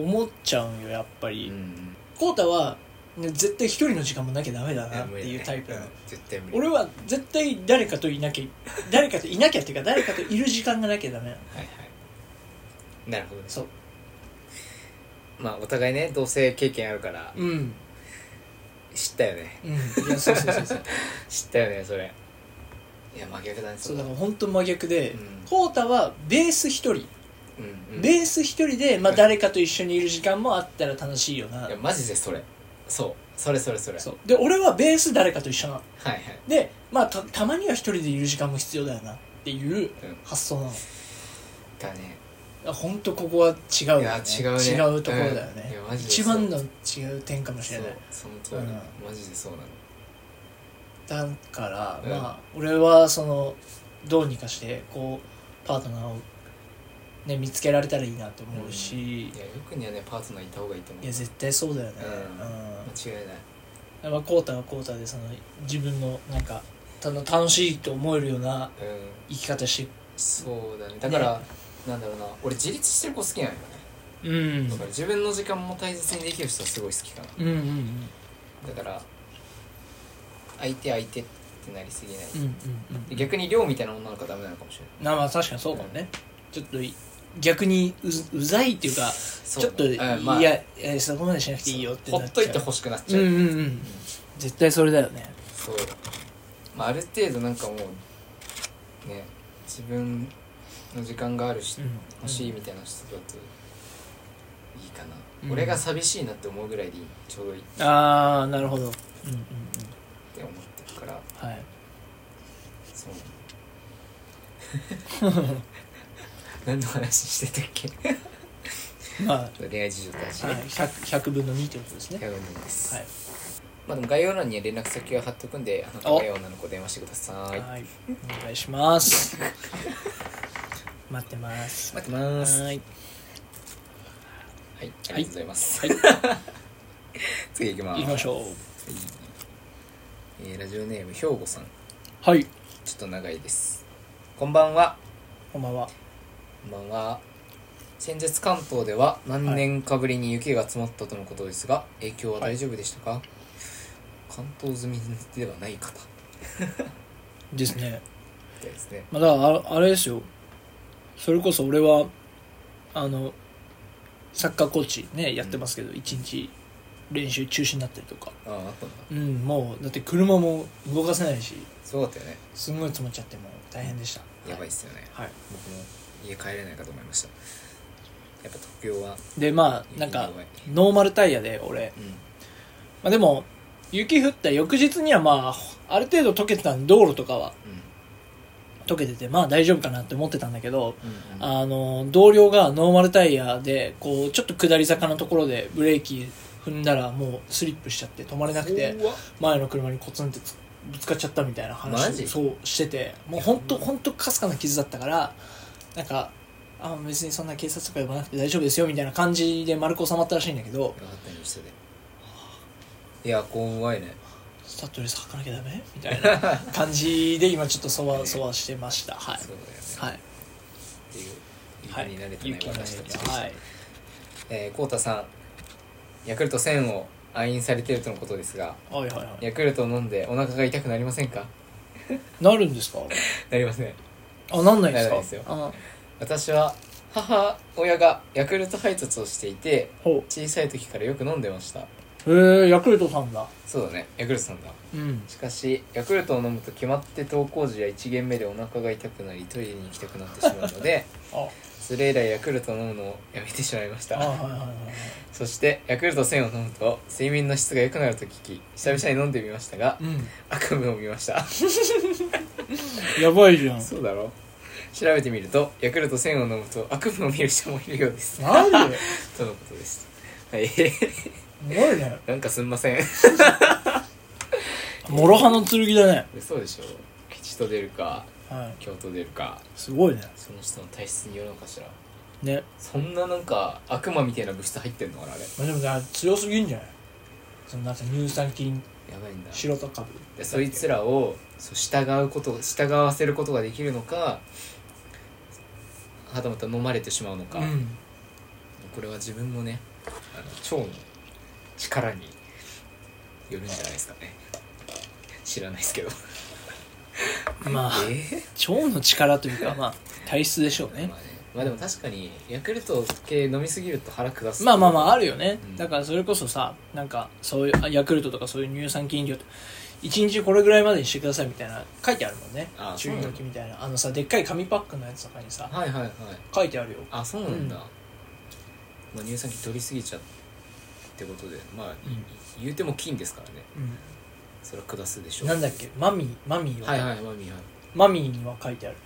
Speaker 1: 思っちゃうんよやっぱ
Speaker 2: う
Speaker 1: り
Speaker 2: ん
Speaker 1: 浩太、はね絶対一人の時間もなきゃダメだ
Speaker 2: いや
Speaker 1: なって
Speaker 2: 無理
Speaker 1: いうタイプなの
Speaker 2: うん絶対無理
Speaker 1: 俺は絶対誰かといなきゃ誰かといなきゃっていうか誰かといる時間がなきゃダメなの
Speaker 2: はいはいなるほどね
Speaker 1: そう
Speaker 2: まあお互いね同性経験あるから
Speaker 1: うん
Speaker 2: 知ったよね
Speaker 1: うんいやそうそうそうそう
Speaker 2: 知ったよねそれいや真逆だね
Speaker 1: そう
Speaker 2: れ
Speaker 1: だから本当真逆で
Speaker 2: うん
Speaker 1: 浩太、はベース一人
Speaker 2: うんうん
Speaker 1: ベース一人で、まあ、誰かと一緒にいる時間もあったら楽しいよない
Speaker 2: やマジでそれそうそれそれそれ
Speaker 1: そうで俺はベース誰かと一緒なの
Speaker 2: はいはい
Speaker 1: で、まあ、たたまには一人でいる時間も必要だよなっていう
Speaker 2: うん
Speaker 1: 発想なの
Speaker 2: だね
Speaker 1: あ本当ここは違うよ、ね、
Speaker 2: いや違うね
Speaker 1: ところだよ
Speaker 2: うんい
Speaker 1: ね
Speaker 2: や、マジで
Speaker 1: 一番の違う点かもし
Speaker 2: そ
Speaker 1: れ
Speaker 2: う
Speaker 1: ない
Speaker 2: その通り
Speaker 1: うん
Speaker 2: マジでそうなの
Speaker 1: だから、
Speaker 2: うん
Speaker 1: まあ俺はそのどうにかしてこうパートナーを、ね、見つけられたらいいなと思うし、
Speaker 2: いやよくにはねパートナーいた方がいいと思う
Speaker 1: いや絶対そうだよね
Speaker 2: うん
Speaker 1: うん
Speaker 2: 間違いない
Speaker 1: やっぱコータはコータでその自分のなんかたの楽しいと思えるような
Speaker 2: うん
Speaker 1: 生き方し
Speaker 2: そうだねだから、なんだろうな俺自立してる子好きなのよね、
Speaker 1: てうん
Speaker 2: だから自分の時間も大切にできる人はすごい好きかな
Speaker 1: うんうんうん
Speaker 2: だから相手相手ってなりすぎない、
Speaker 1: うんうん
Speaker 2: で逆に量みたいな女の子はダメなのかもしれない
Speaker 1: なまあ確かにそうかもねちょっとい逆にううざいっていうかちょっと、
Speaker 2: そううんまあ
Speaker 1: いやえそこまでしなくていいよって
Speaker 2: ほ
Speaker 1: な
Speaker 2: っ
Speaker 1: ちゃ
Speaker 2: と
Speaker 1: う
Speaker 2: いてほしくなっち
Speaker 1: う
Speaker 2: ゃ
Speaker 1: ん
Speaker 2: う、
Speaker 1: うんうん絶対それだよね
Speaker 2: そうまあ、ある程度なんかもうね自分の時間があるし、
Speaker 1: うん
Speaker 2: 欲しいみたいな人だといいかな、
Speaker 1: うん
Speaker 2: 俺が寂しいなって思うぐらいでいいちょうどいいっ
Speaker 1: ああなるほどうんうんうん
Speaker 2: て思ってるから
Speaker 1: はい
Speaker 2: そう 何の話してたっけ
Speaker 1: まあ
Speaker 2: 恋愛事情とかし
Speaker 1: はい 100, 100分の2ってことですね
Speaker 2: やばいです、
Speaker 1: はい
Speaker 2: まあでも概要欄に連絡先は貼っとくんであの
Speaker 1: お
Speaker 2: 高い女の子電話してください
Speaker 1: はい、お願いします。待ってます。
Speaker 2: 待ってます
Speaker 1: はい。
Speaker 2: はいありがとうございます、
Speaker 1: はい。
Speaker 2: 次行きます
Speaker 1: 行きましょう。
Speaker 2: えーラジオネーム兵庫さん
Speaker 1: はい。
Speaker 2: ちょっと長いですこんばんは
Speaker 1: こんばんは。
Speaker 2: こんばんは先日関東では何年かぶりに雪が積もったとのことですが、影響は大丈夫でしたか、関東済みではない方み
Speaker 1: ですね。
Speaker 2: たいですね
Speaker 1: まあ、だからあ、あれですよ。それこそ俺は、あの、サッカーコーチね、やってますけど、一日練習中止になったりとか。
Speaker 2: あああったんだ
Speaker 1: うん、もう、だって車も動かせないし、
Speaker 2: すごかったよね
Speaker 1: すんごい積もっちゃってもう大変でした。
Speaker 2: やばいっすよね
Speaker 1: はい。
Speaker 2: 僕も家帰れないかと思いましたやっぱ東京は
Speaker 1: でまあなんかノーマルタイヤで俺、まあ、でも雪降った翌日にはまあある程度溶けてたんで道路とかは
Speaker 2: う
Speaker 1: 溶けててまあ大丈夫かなって思ってたんだけど、
Speaker 2: んうんうん
Speaker 1: あの同僚がノーマルタイヤでこうちょっと下り坂のところでブレーキ踏んだらもうスリップしちゃって止まれなくて
Speaker 2: うわ
Speaker 1: 前の車にコツンってつぶつかっちゃったみたいな
Speaker 2: マジ
Speaker 1: 話そうしててもう本当本当かすかな傷だったからなんかあ別にそんな警察とか呼ばなくて大丈夫ですよみたいな感じで丸く収まったらしいんだけど
Speaker 2: よかったニュースでいや怖いね
Speaker 1: スタッドレス履かなきゃダメみたいな 感じで今ちょっとそわそわしてましたはい
Speaker 2: そうだよね
Speaker 1: はい
Speaker 2: っていう
Speaker 1: はい
Speaker 2: 雪に慣れて
Speaker 1: 雪
Speaker 2: な
Speaker 1: の
Speaker 2: い
Speaker 1: 影
Speaker 2: 私たち
Speaker 1: 響
Speaker 2: でした
Speaker 1: はい
Speaker 2: えー、コウタさんヤクルト1000を愛飲されてるとのことですが
Speaker 1: はいはいはい
Speaker 2: ヤクルトを飲んでお腹が痛くなりませんか
Speaker 1: なるんですか
Speaker 2: なりません
Speaker 1: あなんないんです
Speaker 2: ならな
Speaker 1: か
Speaker 2: いですよ
Speaker 1: あ
Speaker 2: 私は母親がヤクルト配達をしていて
Speaker 1: ほう
Speaker 2: 小さい時からよく飲んでました
Speaker 1: へえヤクルトさんだ
Speaker 2: そうだねヤクルトさんだ
Speaker 1: うん
Speaker 2: しかしヤクルトを飲むと決まって登校時や1限目でお腹が痛くなりトイレに行きたくなってしまうの で
Speaker 1: あ
Speaker 2: それ以来ヤクルトを飲むのをやめてしまいまし
Speaker 1: あはい
Speaker 2: た
Speaker 1: はいはいはい
Speaker 2: そしてヤクルト1000を飲むと睡眠の質が良くなると聞き久々に飲んでみましたが
Speaker 1: うん
Speaker 2: 悪夢を見ました
Speaker 1: やばいじゃん
Speaker 2: そうだろ調べてみるとヤクルト1000を飲むと悪夢を見る人もいるようです
Speaker 1: マジです
Speaker 2: とのことですはい
Speaker 1: ごいね
Speaker 2: なんかすんません
Speaker 1: 諸刃の剣だね
Speaker 2: そうでしょ吉と出るか
Speaker 1: はい
Speaker 2: 京都出るか
Speaker 1: すごいね
Speaker 2: その人の体質によるのかしら
Speaker 1: ね
Speaker 2: そんななんか悪魔みたいな物質入ってんのかなあれ
Speaker 1: まあでもね強すぎんじゃないそのなんか乳酸菌
Speaker 2: やばいんだ
Speaker 1: 白タ株
Speaker 2: でそいつらをそう従うこと従わせることができるのかはたまた飲まれてしまうのか、
Speaker 1: うん
Speaker 2: これは自分のねあの腸の力によるんじゃないですかね知らないですけど
Speaker 1: まあ
Speaker 2: え
Speaker 1: 腸の力というかまあ体質でしょう
Speaker 2: え
Speaker 1: ね
Speaker 2: まあねまあでも確かにヤクルト系飲みすぎると腹下す
Speaker 1: まあまあまああ
Speaker 2: る
Speaker 1: るよね、
Speaker 2: うん
Speaker 1: だからそれこそさなんかそういうあヤクルトとかそういう乳酸菌飲料と1日これぐらいまでにしてくださいみたいな書いてあるもんね
Speaker 2: ああ
Speaker 1: 注意書きみたいなあのさでっかい紙パックのやつとかにさ
Speaker 2: はいはいはい
Speaker 1: 書いてあるよ
Speaker 2: あそうなんだ、
Speaker 1: うん
Speaker 2: まあ、乳酸菌取りすぎちゃってことでまあ、い
Speaker 1: うん
Speaker 2: 言うても菌ですからね
Speaker 1: う
Speaker 2: それは下すでしょ
Speaker 1: ん、
Speaker 2: う
Speaker 1: なんだっけマミーマミーは、
Speaker 2: はいはいマミーはい
Speaker 1: マミーには書いてある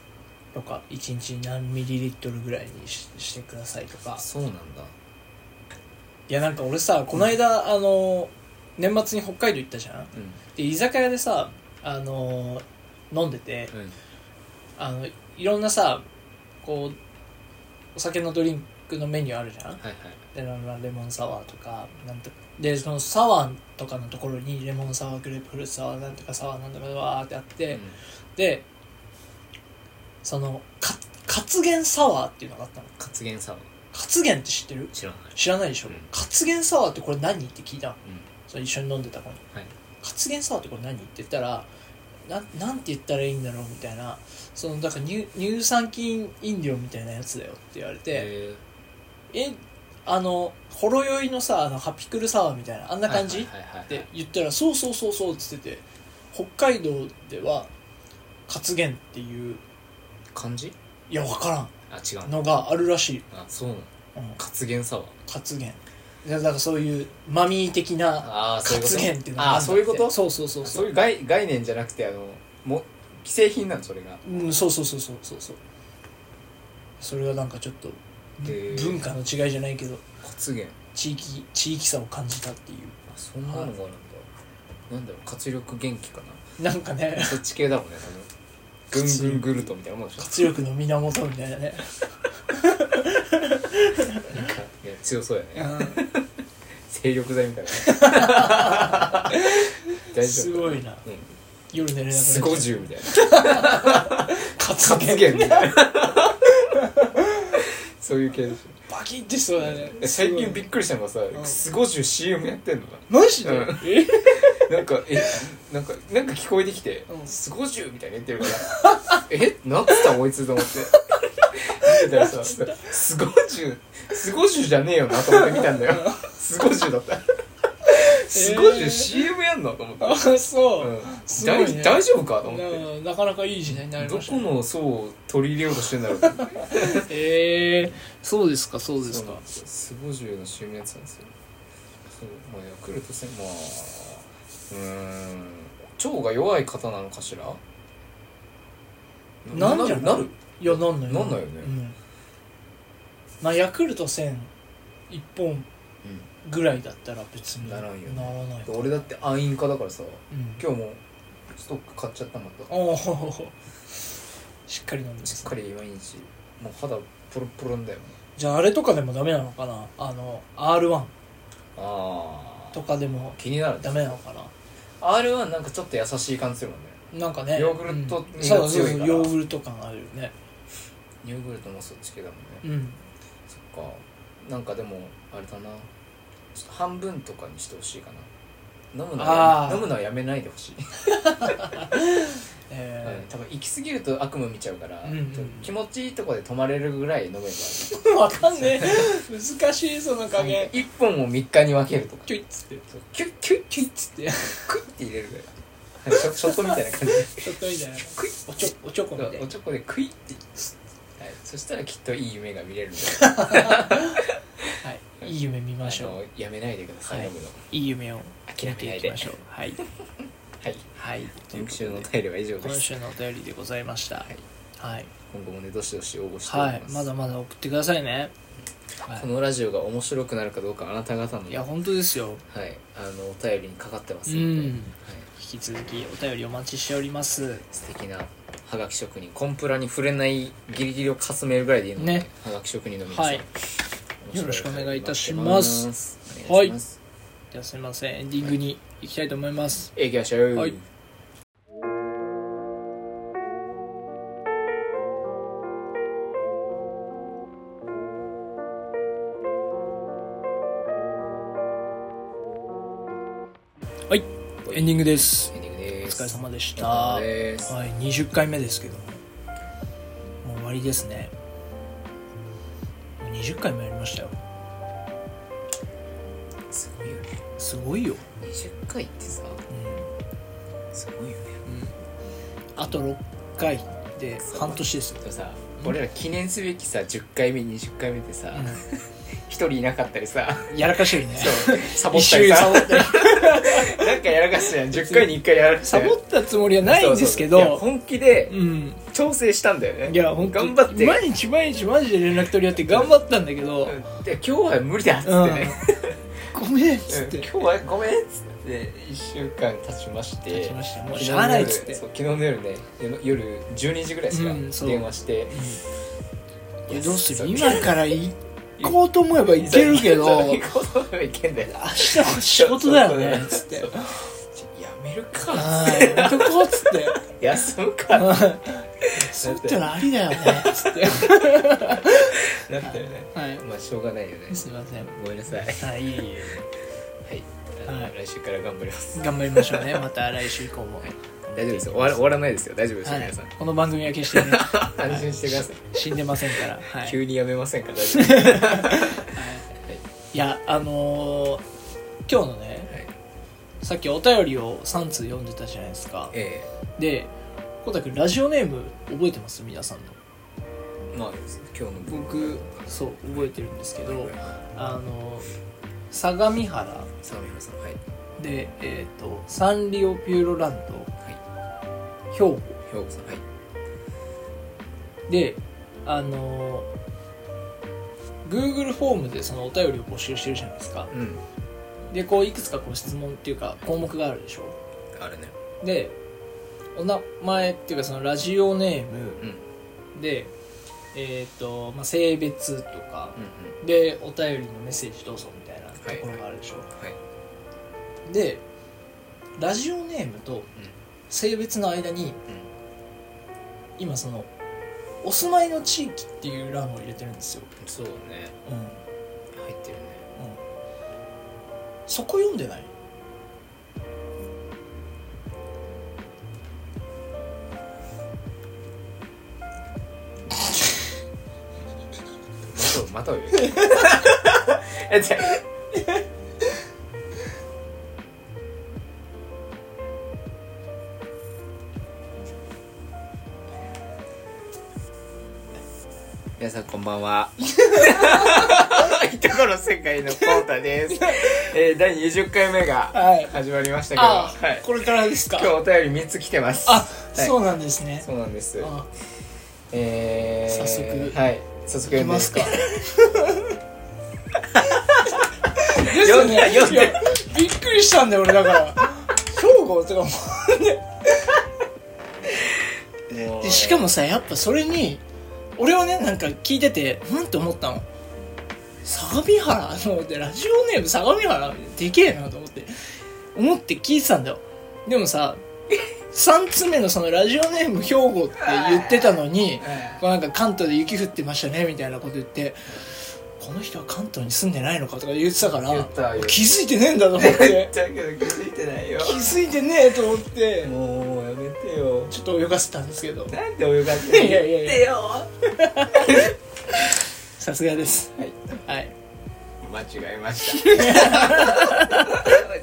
Speaker 1: とか1日何ミリリットルぐらいにししてくださいとか
Speaker 2: あそうなんだ
Speaker 1: いやなんか俺さこの間、あの年末に北海道行ったじゃん
Speaker 2: う
Speaker 1: で居酒屋でさあの飲んでて
Speaker 2: んうん
Speaker 1: あのいろんなさこうお酒のドリンクのメニューあるじゃん
Speaker 2: はいはい
Speaker 1: でなんかレモンサワーとかなんとかでそのサワーとかのところにレモンサワーグレープフルーツサワーなんとかサワーなんとかわーってあって、
Speaker 2: うん
Speaker 1: でそのか活源サワーっていうのがあったの
Speaker 2: 活言さは
Speaker 1: 活源って知ってる
Speaker 2: 知らない
Speaker 1: 知らないでしょ、
Speaker 2: うん
Speaker 1: 活源サワーってこれ何って聞いたの
Speaker 2: うん
Speaker 1: それ一緒に飲んでた子に
Speaker 2: はい
Speaker 1: 活源サワーってこれ何って言ったらななんて言ったらいいんだろうみたいなそのだから乳乳酸菌飲料みたいなやつだよって言われて
Speaker 2: へ
Speaker 1: えあのほろ酔いのさあのハピクルサワーみたいなあん
Speaker 2: ー
Speaker 1: な感じ、
Speaker 2: はいはいはいはい
Speaker 1: って言ったら「そうそうそうそう」っつってて北海道では活源っていう
Speaker 2: 漢字
Speaker 1: いや分からん
Speaker 2: あ違うの
Speaker 1: のがあるらしい、
Speaker 2: あそうなの
Speaker 1: うん、
Speaker 2: 活言さは
Speaker 1: 活言いやだからそういうマミー的な
Speaker 2: ああそういうこと
Speaker 1: 活言っていうのが
Speaker 2: あ
Speaker 1: あ
Speaker 2: あ
Speaker 1: るんだって
Speaker 2: そういうこと
Speaker 1: そうそうそうそ
Speaker 2: そう
Speaker 1: う
Speaker 2: いう概概念じゃなくてあのも既製品なのそれが
Speaker 1: うん、そうそうそうそうそうそうそれはなんかちょっとぶ
Speaker 2: へー
Speaker 1: 文化の違いじゃないけど
Speaker 2: 活言
Speaker 1: 地域地域差を感じたってい
Speaker 2: あそんなのがあるんだなんだろう活力元気か
Speaker 1: うなんかね
Speaker 2: なそっち系だもんね多分
Speaker 1: 活
Speaker 2: ぐん
Speaker 1: 力
Speaker 2: ぐんぐるとみたいな もんでしょ
Speaker 1: 活力の源みたいなね、
Speaker 2: なんかいや強そうやね
Speaker 1: う
Speaker 2: 精力剤みたいな大丈 夫
Speaker 1: ん、すごいな
Speaker 2: うん
Speaker 1: 夜寝れなくなっちゃう
Speaker 2: スゴジュみたいな
Speaker 1: 活
Speaker 2: 活
Speaker 1: 言
Speaker 2: 言みたいなそういう系でしょ
Speaker 1: バキってしそうだね
Speaker 2: え最近
Speaker 1: ビ
Speaker 2: びっくりしたのがさ
Speaker 1: ん
Speaker 2: スゴジュ CM やってんのか
Speaker 1: マジで、
Speaker 2: うん
Speaker 1: え
Speaker 2: ななんかえなんかなんか聞こえてきて
Speaker 1: うん
Speaker 2: スゴジュみたいに言ってるからえなんつったこいつと思って見てたらさスゴジュスゴジュじゃねえよなと思って見たんだよスゴジュだったすごいね CM やんのと思った、
Speaker 1: あそうう、
Speaker 2: ん
Speaker 1: すごいね
Speaker 2: 大大丈夫かと思って
Speaker 1: ななかなかいい時代になり
Speaker 2: ど
Speaker 1: ました
Speaker 2: こ
Speaker 1: ね
Speaker 2: の層を取り入れようとしてんだろうと思って
Speaker 1: ええそうですかそうです
Speaker 2: そう
Speaker 1: か
Speaker 2: なんですよスボジュウの CM やってたんですよそうまあヤクルト戦まあうーん腸が弱い方なのかしら
Speaker 1: なんじゃ
Speaker 2: る
Speaker 1: ない
Speaker 2: なる
Speaker 1: いやなんない
Speaker 2: なんないよね
Speaker 1: うん、まあヤクルト1000一本ぐらいだったら別に
Speaker 2: ならんよね
Speaker 1: ならない
Speaker 2: で俺だって暗飲家だからさ
Speaker 1: うん
Speaker 2: 今日もストック買っちゃったもんだ
Speaker 1: おお しっかり飲んで
Speaker 2: しっ
Speaker 1: す
Speaker 2: かり毎日もう肌ポロポロんだよね
Speaker 1: じゃああれとかでもダメなのかなあの R1
Speaker 2: あ
Speaker 1: とかでも
Speaker 2: 気になる
Speaker 1: ダメなのかな
Speaker 2: R1 なんかちょっと優しい感じするもんね
Speaker 1: なんかね
Speaker 2: ヨーグルト
Speaker 1: うん
Speaker 2: に
Speaker 1: そうそう
Speaker 2: 強いから
Speaker 1: ヨーグルト感あるよね
Speaker 2: ヨーグルトもそっち系だもんね
Speaker 1: うん
Speaker 2: そっかなんかでもあれだなちょっと半分とかにしてほしいかな飲むのは
Speaker 1: あー
Speaker 2: 飲むのはやめないでほしい、
Speaker 1: え
Speaker 2: 多分行き過ぎると悪夢見ちゃうから、
Speaker 1: うんうん
Speaker 2: 気持ちいいとこで止まれるぐらい飲めばいい
Speaker 1: ー、 わかんねえ難しいその加減
Speaker 2: 1本を3日に分けるとか
Speaker 1: キュイッつって
Speaker 2: そうキュッキュッキュッつってクイッて入れるぐらいショショットみたいな感じで
Speaker 1: ちょっとみたいな
Speaker 2: クイッ
Speaker 1: おちょおちょこみたい
Speaker 2: お
Speaker 1: な
Speaker 2: ちょこでクイッて、はい、そしたらきっといい夢が見れるんで
Speaker 1: はいいい夢見ましょう
Speaker 2: あのやめないでください、
Speaker 1: はい
Speaker 2: 飲むの
Speaker 1: いい夢を
Speaker 2: 諦
Speaker 1: 見
Speaker 2: め
Speaker 1: て
Speaker 2: ないい
Speaker 1: き
Speaker 2: で
Speaker 1: ましょう。はい。
Speaker 2: はい
Speaker 1: はい。
Speaker 2: 今週のお便りは以上です
Speaker 1: 今週のお便りでございました。はい。
Speaker 2: 今後もねどしどし応募してお
Speaker 1: は
Speaker 2: り
Speaker 1: い
Speaker 2: ま。す、
Speaker 1: まだまだ送ってくださいね。は
Speaker 2: このラジオが面白くなるかどうかあなた方の
Speaker 1: い。いや、本当ですよ。
Speaker 2: はい、あのお便りにかかってま
Speaker 1: う
Speaker 2: すので、はい
Speaker 1: ん。引き続きお便りお待ちしております。
Speaker 2: 素敵なはがき職人コンプラに触れないギリギリをかすめるぐらいでいいので、
Speaker 1: ね
Speaker 2: はがき職人の皆さん、
Speaker 1: はい
Speaker 2: 面白
Speaker 1: よろしくお願いいたし
Speaker 2: お願
Speaker 1: ま
Speaker 2: い
Speaker 1: す
Speaker 2: しますお願いします
Speaker 1: じゃあすいません。エンディングに行きたいと思います。
Speaker 2: はい行きましょう、
Speaker 1: はいはい。エンディングです。
Speaker 2: エンディングで
Speaker 1: お疲
Speaker 2: す
Speaker 1: れ様でし
Speaker 2: お
Speaker 1: た。
Speaker 2: 疲
Speaker 1: はい。
Speaker 2: れ様です
Speaker 1: 20回目ですけども。もう終わりですね。もう20回もやりましたよ。
Speaker 2: すごいよね
Speaker 1: すごいよ。
Speaker 2: 20回ってさ
Speaker 1: うん。
Speaker 2: すごいよね
Speaker 1: あと6回で半年ですよ
Speaker 2: でもさ俺ら記念すべきさ10回目20回目でさ
Speaker 1: うん
Speaker 2: 一、人いなかったりさ
Speaker 1: やらかしてるね
Speaker 2: そうサボ
Speaker 1: 一
Speaker 2: った
Speaker 1: 周
Speaker 2: り
Speaker 1: サ
Speaker 2: さ
Speaker 1: ボったり
Speaker 2: なんかやらかしたやん10回に1回やらかし
Speaker 1: サ
Speaker 2: たやん
Speaker 1: ボったつもりはないんですけ
Speaker 2: そうそう
Speaker 1: ど
Speaker 2: そういや本気で
Speaker 1: うん
Speaker 2: 調整したんだよね
Speaker 1: いや本当
Speaker 2: 頑張って
Speaker 1: 毎日毎日マジで連絡取り合って頑張ったんだけど
Speaker 2: うんで今日は無理だっつってね、
Speaker 1: ごめんっ
Speaker 2: う
Speaker 1: つ
Speaker 2: ん
Speaker 1: っ
Speaker 2: 今
Speaker 1: て
Speaker 2: 日はごめんっつって1週間経ちまして
Speaker 1: 経ちましてもう
Speaker 2: 昨日
Speaker 1: し
Speaker 2: の
Speaker 1: ゃあないっ
Speaker 2: 夜
Speaker 1: つって
Speaker 2: そう昨日の夜ね夜夜12時ぐらいですか、
Speaker 1: うんそう
Speaker 2: 電話して
Speaker 1: いやどうす
Speaker 2: そ
Speaker 1: る今から行こうと思えば行けるけど
Speaker 2: そう
Speaker 1: 明
Speaker 2: 行こうと思えばいけんだよ
Speaker 1: 日も仕事だよね
Speaker 2: そう
Speaker 1: つって
Speaker 2: そうちょやめるか
Speaker 1: あーやめと こうっつ って
Speaker 2: 休むかな
Speaker 1: そういったらありだよねつって
Speaker 2: ったよね
Speaker 1: はい
Speaker 2: まあしょうがないよね
Speaker 1: すいません
Speaker 2: ごめんなさい
Speaker 1: はいいえいえ
Speaker 2: はい、あの
Speaker 1: はい
Speaker 2: 来週から頑張ります
Speaker 1: 頑張りましょう ねまた来週以降も
Speaker 2: 大丈夫ですよ終わら終わらないですよ大丈夫ですよ、
Speaker 1: はい
Speaker 2: 皆さん、
Speaker 1: この番組は決してね
Speaker 2: 安心してください、
Speaker 1: 死んでませんから、はい、
Speaker 2: 急にやめませんから大丈夫です
Speaker 1: いやあのー今日のね
Speaker 2: はい
Speaker 1: さっきお便りを3通読んでたじゃないですか
Speaker 2: え
Speaker 1: でコタくんラジオネーム覚えてます皆さんの
Speaker 2: えまあ今日の
Speaker 1: 僕そう覚えてるんですけ
Speaker 2: はい
Speaker 1: どあのー相模原
Speaker 2: 沢村さんはい
Speaker 1: でえっ、とサンリオピューロランド兵庫
Speaker 2: 兵庫さんはい
Speaker 1: であのー Google フォームでそのお便りを募集してるじゃないですか
Speaker 2: うん
Speaker 1: でこういくつかこう質問っていうか項目があるでしょ
Speaker 2: あれね
Speaker 1: でお名前っていうかそのラジオネー
Speaker 2: うんうん
Speaker 1: ムでえっ、と、まあ、性別とか
Speaker 2: うん
Speaker 1: でお便りのメッセージどうぞみたいなところがあるでしょ、
Speaker 2: はい
Speaker 1: でラジオネームと性別の間に
Speaker 2: うん
Speaker 1: 今そのお住まいの地域っていう欄を入れてるんですよ、
Speaker 2: そうね
Speaker 1: うんうん、
Speaker 2: 入ってるね
Speaker 1: そこ読んでない
Speaker 2: またまたえじゃあさんこんば んはいとこの世界のコータです、えー、第20回目が
Speaker 1: はい
Speaker 2: 始まりましたけど、
Speaker 1: あ、
Speaker 2: はい、
Speaker 1: これからですか
Speaker 2: 今日お便り3つ来てます
Speaker 1: あ、
Speaker 2: はい
Speaker 1: そうなんですね
Speaker 2: そうなんです
Speaker 1: あ
Speaker 2: え
Speaker 1: 早
Speaker 2: ー、
Speaker 1: 速
Speaker 2: はい早速
Speaker 1: 行き
Speaker 2: 読んで
Speaker 1: ますか ですよ
Speaker 2: 読ん
Speaker 1: ね
Speaker 2: で読ん
Speaker 1: いや
Speaker 2: で
Speaker 1: びっくりしたんだよ俺だから兵庫 とかも
Speaker 2: も
Speaker 1: でしかもさやっぱそれに俺はねなんか聞いててふんって思ったの相模原 と思ってラジオネーム相模原でけえなと思って思って聞いてたんだよでもさ3つ目のそのラジオネーム兵庫って言ってたのに
Speaker 2: う
Speaker 1: こうなんか関東で雪降ってましたねみたいなこと言ってこの人は関東に住んでないのかとか言ってたから
Speaker 2: 言った言った
Speaker 1: 気づいてねえんだと思っ
Speaker 2: ん言
Speaker 1: て
Speaker 2: っちゃうけど気づいてないよ
Speaker 1: 気づいてねえと思って
Speaker 2: もうやめてよ
Speaker 1: ちょっと泳がせたんですけど
Speaker 2: なんで泳がってんの
Speaker 1: いやいやいや
Speaker 2: 言ってよ
Speaker 1: さすがです
Speaker 2: はい
Speaker 1: はい
Speaker 2: 間違えました間違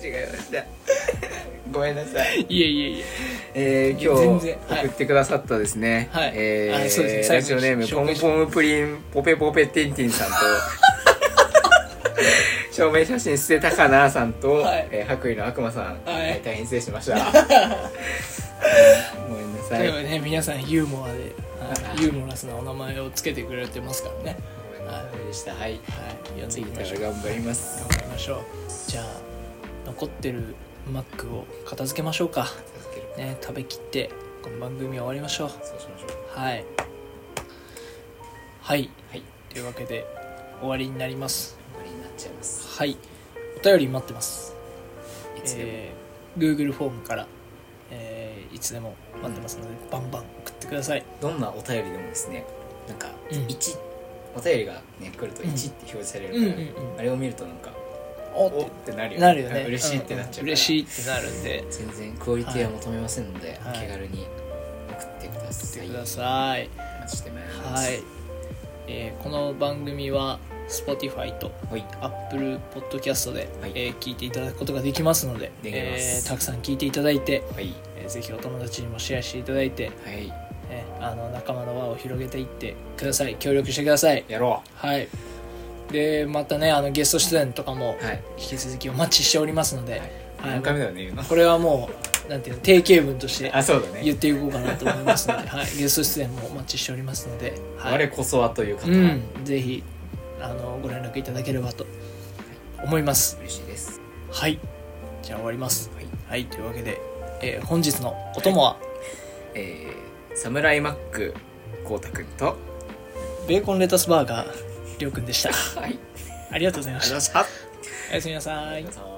Speaker 2: えましたごめんなさい、
Speaker 1: いえいえいえ
Speaker 2: えー、
Speaker 1: 全
Speaker 2: 今日
Speaker 1: 然はい
Speaker 2: 送ってくださったですね、
Speaker 1: はい
Speaker 2: えー
Speaker 1: あそうですね
Speaker 2: ラジオネーム
Speaker 1: 最後
Speaker 2: ポ
Speaker 1: に紹
Speaker 2: ム
Speaker 1: 介し
Speaker 2: ポムプリンポペポペティンティンさんと証明写真捨てたかなさんと、
Speaker 1: はい
Speaker 2: えー白衣の悪魔さん、
Speaker 1: はい
Speaker 2: えー大変失礼しましたごめんなさい
Speaker 1: でもね皆さんユーモアで、はいユーモラスなお名前をつけてくれてますからね
Speaker 2: ごめんなさいでしたはい
Speaker 1: はいやってい
Speaker 2: 次
Speaker 1: き
Speaker 2: か
Speaker 1: ましょ
Speaker 2: ら
Speaker 1: う
Speaker 2: 頑張ります
Speaker 1: 頑張りましょうじゃあ残ってるマックを片付けましょうか
Speaker 2: 続ける
Speaker 1: ね食べきってこの番組終わりましょう
Speaker 2: そうしましょう
Speaker 1: はいはい
Speaker 2: はい
Speaker 1: というわけで終わりになります
Speaker 2: 終わりになっちゃいます
Speaker 1: はいお便り待ってます
Speaker 2: いつでも、
Speaker 1: えー、Google フォームから、えーいつでも待ってますので、バンバン送ってください
Speaker 2: どんなお便りでもですねなんか
Speaker 1: うん
Speaker 2: 1、お便りがね来ると
Speaker 1: うん
Speaker 2: 1って表示されるから、
Speaker 1: うんうんうん
Speaker 2: あれを見るとなんか
Speaker 1: お
Speaker 2: お
Speaker 1: っ
Speaker 2: ってなる
Speaker 1: て
Speaker 2: よ
Speaker 1: なるよね
Speaker 2: 嬉しいってなっちゃうから、
Speaker 1: んん嬉しいってなるんで
Speaker 2: 全然クオリティは求めませんので、
Speaker 1: はい
Speaker 2: 気軽に送ってくだ
Speaker 1: 送
Speaker 2: さ
Speaker 1: って
Speaker 2: い
Speaker 1: ください
Speaker 2: お待ちしてます
Speaker 1: はい、えーこの番組は Spotify と
Speaker 2: はい
Speaker 1: Apple Podcast で、
Speaker 2: はい
Speaker 1: えー聞いていただくことができますので
Speaker 2: できます
Speaker 1: えーたくさん聞いていただいて、
Speaker 2: はい
Speaker 1: えーぜひお友達にもシェアしていただいて、
Speaker 2: はい
Speaker 1: えーあの仲間の輪を広げていってください協力してください
Speaker 2: やろ
Speaker 1: はいでまたねあのゲスト出演とかも
Speaker 2: うはい
Speaker 1: 引き続きお待ちしておりますので、はい
Speaker 2: 何回目だよね言うの
Speaker 1: これはもうなんていうの定型文として
Speaker 2: あそうだね、
Speaker 1: 言っていこうかなと思いますので、はい、ゲスト出演もお待ちしておりますので、は
Speaker 2: 我
Speaker 1: い
Speaker 2: こそはという方は、
Speaker 1: うん、ぜひあのご連絡いただければと思います
Speaker 2: 嬉しいです
Speaker 1: はいじゃあ終わります
Speaker 2: はい
Speaker 1: はいというわけで、えー本日のお供は
Speaker 2: えー、サムライマックこうたくんと
Speaker 1: ベーコンレタスバーガーりょうくんでした
Speaker 2: はい
Speaker 1: ありがとうございました
Speaker 2: した
Speaker 1: おやすみなさい
Speaker 2: さん